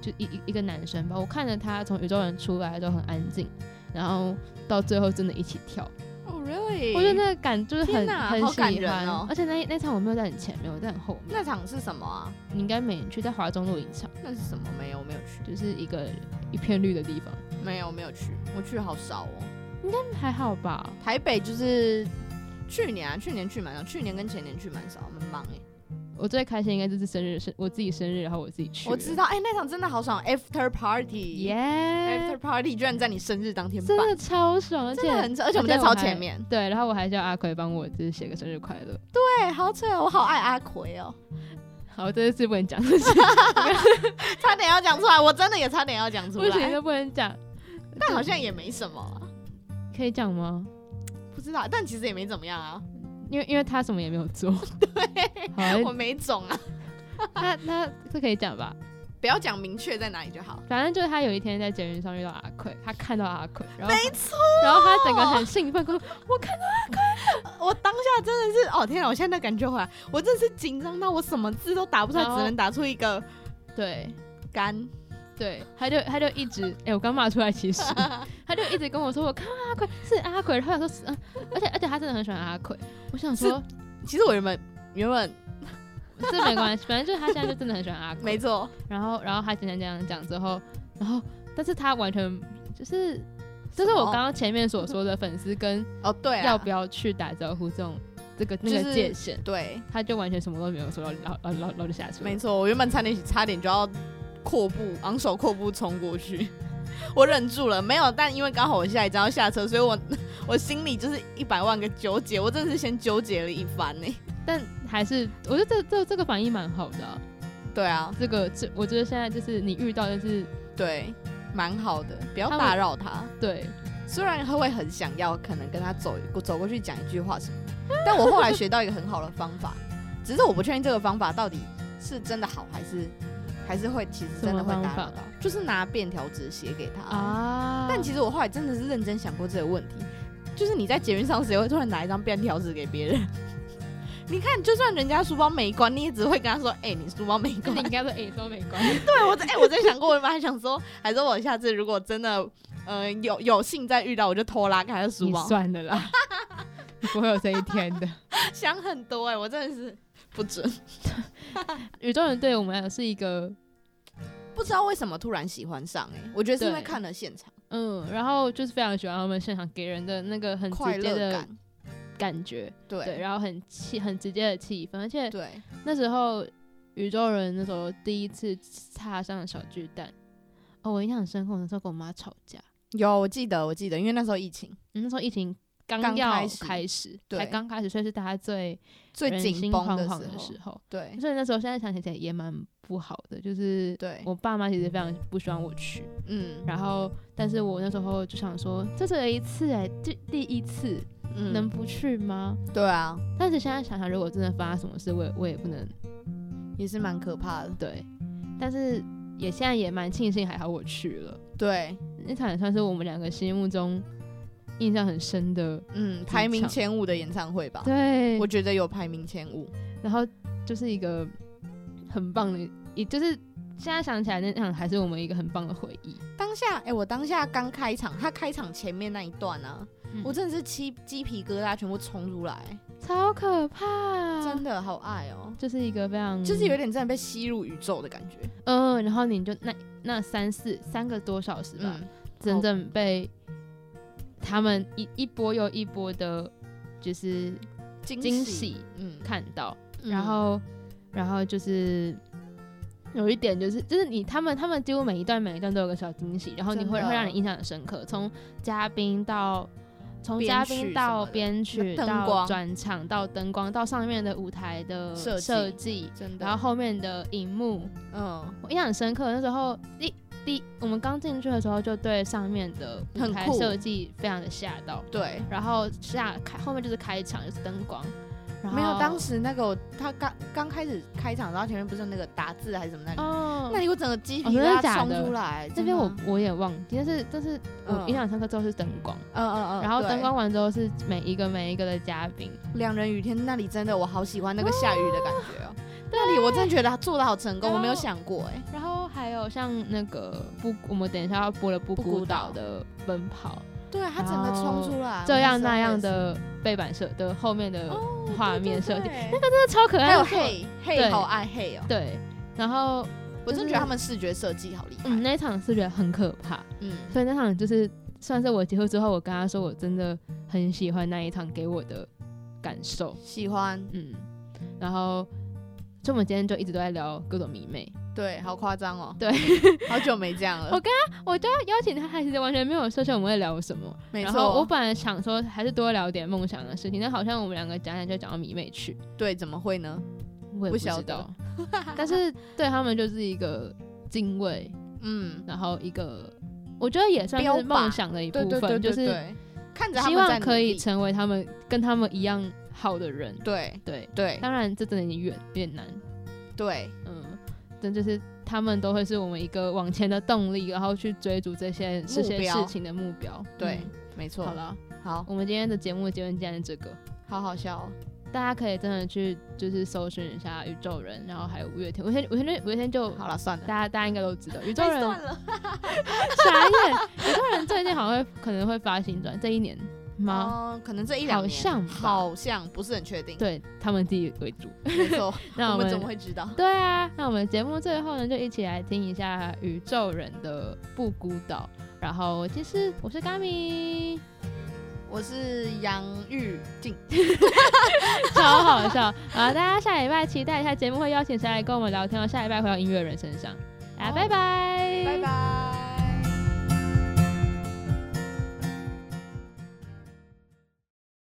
Speaker 1: 就一一一个男生吧，我看着他从宇宙人出来都很安静，然后到最后真的一起跳。
Speaker 3: 哦 really？
Speaker 1: 我觉得那个感就是
Speaker 3: 天
Speaker 1: 很
Speaker 3: 哪
Speaker 1: 很
Speaker 3: 好
Speaker 1: 喜
Speaker 3: 感人
Speaker 1: 欢，
Speaker 3: 哦
Speaker 1: 而且那那场我没有在很前面，我在很后面。
Speaker 3: 那场是什么啊？
Speaker 1: 你应该没去，在华中露营场，
Speaker 3: 那是什么？没有，我没有去，
Speaker 1: 就是一个一片绿的地方，
Speaker 3: 没有，没有去，我去好少哦。
Speaker 1: 嗯还好吧？
Speaker 3: 台北就是去年啊，去年去蛮少，去年跟前年去蛮少，很忙哎。
Speaker 1: 我最开心应该就是生日，是我自己生日，然后我自己去。
Speaker 3: 我知，道，哎、那场真的好爽，After Party。
Speaker 1: 耶
Speaker 3: After Party 居然在你生日当天
Speaker 1: 真
Speaker 3: 办
Speaker 1: 的，超爽，而且
Speaker 3: 真的很扯，而且我们在超前面。
Speaker 1: 对，然后我还叫阿奎帮我就是写个生日快乐。
Speaker 3: 对，哎好扯，我好爱阿奎哦，
Speaker 1: 好，这次不能讲，
Speaker 3: 差点要讲出来，我真的也差点要讲出
Speaker 1: 不行
Speaker 3: 来，
Speaker 1: 就不能讲，
Speaker 3: 但好像也没什么啊、
Speaker 1: 可以讲吗？
Speaker 3: 不知道，但其实也没怎么样啊，
Speaker 1: 因为因为他什么也没有做， 对
Speaker 3: 我
Speaker 1: 好，
Speaker 3: 没种啊，
Speaker 1: 他他这可以讲吧？
Speaker 3: 不要讲明确在哪里就好。
Speaker 1: 反正就是他有一天在捷运上遇到阿奎，他看到阿奎，然后没错，然后他整个很兴奋，跟我说我看到
Speaker 3: 呃我当下真的是，哦天啊，我现在感觉回来，我真的是紧张到我什么字都打不出来，
Speaker 1: 然后
Speaker 3: 只能打出一个
Speaker 1: 对
Speaker 3: 干。
Speaker 1: 对，他就他就一直哎、我刚骂出来，其 实他就一直跟我说我看到阿奎是阿奎，然后我说是嗯，而且而且他真的很喜欢阿奎，我想说
Speaker 3: 其实我原本原本
Speaker 1: 这没关系，反正就是他现在就真的很喜欢阿
Speaker 3: 没
Speaker 1: 奎，
Speaker 3: 错，
Speaker 1: 然后然后他简单这样讲之后，然后但是他完全就是。就是我刚刚前面所说的粉丝跟
Speaker 3: 哦 对、啊，
Speaker 1: 要不要去打招呼这种这个那
Speaker 3: 就是
Speaker 1: 个界限，
Speaker 3: 对，
Speaker 1: 他就完全什么都没有说，然后然后然后然后就下去了。
Speaker 3: 没错，我原本差点差点就要阔步昂首阔步冲过去， 我忍住了，没有，但因为刚好我下一站要下车，所以我 我心里就是一百万个纠结，我真的是先纠结了一番欸呢、
Speaker 1: 但还是我觉得这这这个反应蛮好的啊、
Speaker 3: 对啊，
Speaker 1: 这个这我觉得现在就是你遇到的是
Speaker 3: 对，蛮好的，不要
Speaker 1: 他们
Speaker 3: 打扰他。
Speaker 1: 对，
Speaker 3: 虽然会很想要，可能跟他走走过去讲一句话什么，但我 后来学到一个很好的方法，只是我不确定这个方法到底是真的好还是还是会其实
Speaker 1: 什
Speaker 3: 真的
Speaker 1: 么
Speaker 3: 会
Speaker 1: 方
Speaker 3: 打扰
Speaker 1: 法
Speaker 3: 到，就是拿便条纸写给他。
Speaker 1: 啊
Speaker 3: 但其实我后来真的是认真想过这个问题，就是你在捷运上谁会突然拿一张便条纸给别人？ 你看，就算人家书包没关，你也只会跟他说：“哎、你书包没
Speaker 1: 那
Speaker 3: 关
Speaker 1: 你。应该说 A 都没关，
Speaker 3: 对我真，哎、我真的想过，我本来想说，还说我下次如果真的，呃，有有幸再遇到，我就偷拉开他的书
Speaker 1: 你
Speaker 3: 包。
Speaker 1: 算了 啦，你不会有这一天的。
Speaker 3: 想很多哎、我真的是不准，
Speaker 1: 宇宙人对我们来讲是一个
Speaker 3: 不知道为什么突然喜欢上哎、我觉得是因为
Speaker 1: 对
Speaker 3: 看了现场
Speaker 1: 嗯，然后就是非常喜欢他们现场给人的那个很
Speaker 3: 快
Speaker 1: 直接
Speaker 3: 乐
Speaker 1: 的
Speaker 3: 感，
Speaker 1: 感觉，对，
Speaker 3: 对
Speaker 1: 然后很气很直接的气氛，而且
Speaker 3: 对，
Speaker 1: 那时候宇宙人那时候第一次踏上小巨蛋，哦，我印象很深刻，我那时候跟我妈吵架，
Speaker 3: 有我记得我记得，因为那时候疫情
Speaker 1: 嗯那时候疫情刚
Speaker 3: 刚
Speaker 1: 要
Speaker 3: 开始
Speaker 1: 开始，
Speaker 3: 对
Speaker 1: 才刚开始，所以是大家最
Speaker 3: 最
Speaker 1: 人
Speaker 3: 紧
Speaker 1: 心
Speaker 3: 绷
Speaker 1: 惶
Speaker 3: 的
Speaker 1: 惶
Speaker 3: 时
Speaker 1: 的
Speaker 3: 候，
Speaker 1: 时候，
Speaker 3: 对
Speaker 1: 所以那时候现在想起来也蛮不好的，就是
Speaker 3: 对，
Speaker 1: 我爸妈其实非常不喜欢我去，
Speaker 3: 嗯
Speaker 1: 然后但是我那时候就想说，这只有一次哎、第第一次
Speaker 3: 嗯
Speaker 1: 能不去吗？
Speaker 3: 对啊，
Speaker 1: 但是现在想想，如果真的发生什么事，我也我也不能
Speaker 3: 也是蛮可怕的，
Speaker 1: 对，但是也现在也蛮庆幸，还好我去了。
Speaker 3: 对，
Speaker 1: 那场也算是我们两个心目中印象很深的，
Speaker 3: 嗯，排名
Speaker 1: 场
Speaker 3: 前五的演唱会吧，
Speaker 1: 对
Speaker 3: 啊我，觉得有排名前五，
Speaker 1: 然后就是一个很棒的，也就是现在想起来那场还是我们一个很棒的回忆。
Speaker 3: 当下，哎、我当下刚开场，他开场前面那一段啊，
Speaker 1: 嗯
Speaker 3: 我真的是鸡鸡皮疙瘩全部冲出来，
Speaker 1: 超可怕，
Speaker 3: 真的好爱哦、
Speaker 1: 就是一个非常
Speaker 3: 就是有点真的被吸入宇宙的感觉，
Speaker 1: 嗯、然后你就那那三四三个多小时吧，
Speaker 3: 嗯，
Speaker 1: 真正被他们一一波又一波的，就是
Speaker 3: 惊
Speaker 1: 惊喜
Speaker 3: 嗯，
Speaker 1: 看到，
Speaker 3: 嗯
Speaker 1: 然后然后就是有一点就是就是你他们他们几乎每一段每一段都有个小惊喜，然后你
Speaker 3: 真
Speaker 1: 会
Speaker 3: 的
Speaker 1: 会让你印象很深刻，从嘉宾到。从
Speaker 3: 编
Speaker 1: 嘉
Speaker 3: 曲
Speaker 1: 宾
Speaker 3: 什么
Speaker 1: 到
Speaker 3: 的
Speaker 1: 编曲，
Speaker 3: 灯
Speaker 1: 到
Speaker 3: 光
Speaker 1: 转场，到灯光，到上面的舞台的
Speaker 3: 设计
Speaker 1: 设计，
Speaker 3: 真的，
Speaker 1: 然后后面的荧幕，
Speaker 3: 嗯，
Speaker 1: 我印象很深刻，那时候第第我们刚进去的时候就对上面的舞
Speaker 3: 很
Speaker 1: 台
Speaker 3: 酷
Speaker 1: 设计非常的吓到，
Speaker 3: 对，
Speaker 1: 然后下开后面就是开场就是灯光，然后
Speaker 3: 没有当时那个我他刚刚开始开场，然后前面不是有那个打字还是什么那个，
Speaker 1: 哦，
Speaker 3: 那里我整个鸡皮
Speaker 1: 哦真的
Speaker 3: 疙瘩
Speaker 1: 假
Speaker 3: 冲
Speaker 1: 的
Speaker 3: 出来，
Speaker 1: 这
Speaker 3: 真
Speaker 1: 边
Speaker 3: 的啊
Speaker 1: 我我也忘记，但是但是我
Speaker 3: 嗯
Speaker 1: 印象很深刻之后是灯光，
Speaker 3: 嗯嗯嗯，
Speaker 1: 然后
Speaker 3: 对
Speaker 1: 灯光完之后是每一个每一个的嘉宾，
Speaker 3: 两人雨天那里真的我好喜欢那个下雨的感觉哦、那里我真的觉得他做的好成功，
Speaker 1: 然后
Speaker 3: 我没有想过哎、
Speaker 1: 然后还有像那个不，我们等一下要播的不
Speaker 3: 不孤
Speaker 1: 孤岛
Speaker 3: 岛
Speaker 1: 的奔跑，
Speaker 3: 对他整个冲出来，
Speaker 1: 这样
Speaker 3: 我
Speaker 1: 那样
Speaker 3: 时候也是
Speaker 1: 的背板设的后面的
Speaker 3: 哦
Speaker 1: 画面设计，
Speaker 3: 对对对
Speaker 1: 那个真的 超可爱，
Speaker 3: 还有
Speaker 1: 那是我
Speaker 3: 嘿嘿
Speaker 1: 对
Speaker 3: 好爱嘿哦、
Speaker 1: 对，然后
Speaker 3: 我真
Speaker 1: 就是
Speaker 3: 的觉得他们视觉设计好厉害，
Speaker 1: 嗯，那一场是觉得很可怕，
Speaker 3: 嗯
Speaker 1: 所以那场就是算是我结束之后，我跟他说我真的很喜欢那一场给我的感受，
Speaker 3: 喜欢，
Speaker 1: 嗯，然后就我们今天就一直都在聊各种迷妹，
Speaker 3: 对，好夸张哦，
Speaker 1: 对，
Speaker 3: 好久没这样了
Speaker 1: 我，我就要邀请他，还是完全没有设想我们会聊什么，
Speaker 3: 没
Speaker 1: 然后
Speaker 3: 错，
Speaker 1: 我本来想说还是多聊点梦想的事情，但好像我们两个讲讲就讲到迷妹去，
Speaker 3: 对，怎么会呢？
Speaker 1: 我也
Speaker 3: 不
Speaker 1: 知
Speaker 3: 晓得
Speaker 1: 道，但是对他们就是一个敬畏，
Speaker 3: 嗯，
Speaker 1: 然后一个。我觉得也算
Speaker 3: 标
Speaker 1: 是
Speaker 3: 靶
Speaker 1: 梦想的一部
Speaker 3: 对对对
Speaker 1: 分，就
Speaker 3: 对
Speaker 1: 是
Speaker 3: 对，看着他
Speaker 1: 希
Speaker 3: 们在
Speaker 1: 望
Speaker 3: 努
Speaker 1: 可以
Speaker 3: 力
Speaker 1: 成为他们跟他们一样好的人。
Speaker 3: 对
Speaker 1: 对，
Speaker 3: 对
Speaker 1: 当然这真的有点远，有点难。
Speaker 3: 对，
Speaker 1: 嗯，但就是他们都会是我们一个往前的动力，然后去追逐这些这些
Speaker 3: 目标
Speaker 1: 事情的目标。
Speaker 3: 对
Speaker 1: 嗯
Speaker 3: 没错，
Speaker 1: 好了，
Speaker 3: 好，
Speaker 1: 我们今天的节目结论竟然是这个。
Speaker 3: 好好笑哦，
Speaker 1: 大家可以真的去就是搜寻一下宇宙人，然后还有五月天。五月天，五月天，五月天就
Speaker 3: 好了，算了，
Speaker 1: 大家大家应该都知道，宇宙
Speaker 3: 太
Speaker 1: 人
Speaker 3: 算了，
Speaker 1: 傻眼，宇宙人最近好像会可能会发新专，这一年吗？
Speaker 3: 嗯，可能这一两
Speaker 1: 好
Speaker 3: 年
Speaker 1: 像吧
Speaker 3: 好像不是很确 定，
Speaker 1: 对他们自己为主。
Speaker 3: 没错，
Speaker 1: 那
Speaker 3: 我
Speaker 1: 我
Speaker 3: 们
Speaker 1: 们
Speaker 3: 怎么会知道？
Speaker 1: 对啊，那我们节目最后呢，就一起来听一下宇宙人的《不孤岛》。然后，其实我是 Gami，
Speaker 3: 我是杨玉静，
Speaker 1: 超好笑啊！好大家下礼拜期待一下节目会邀请谁来跟我们聊天哦。下礼拜回到音乐人身上，啊，拜拜，
Speaker 3: 拜。拜。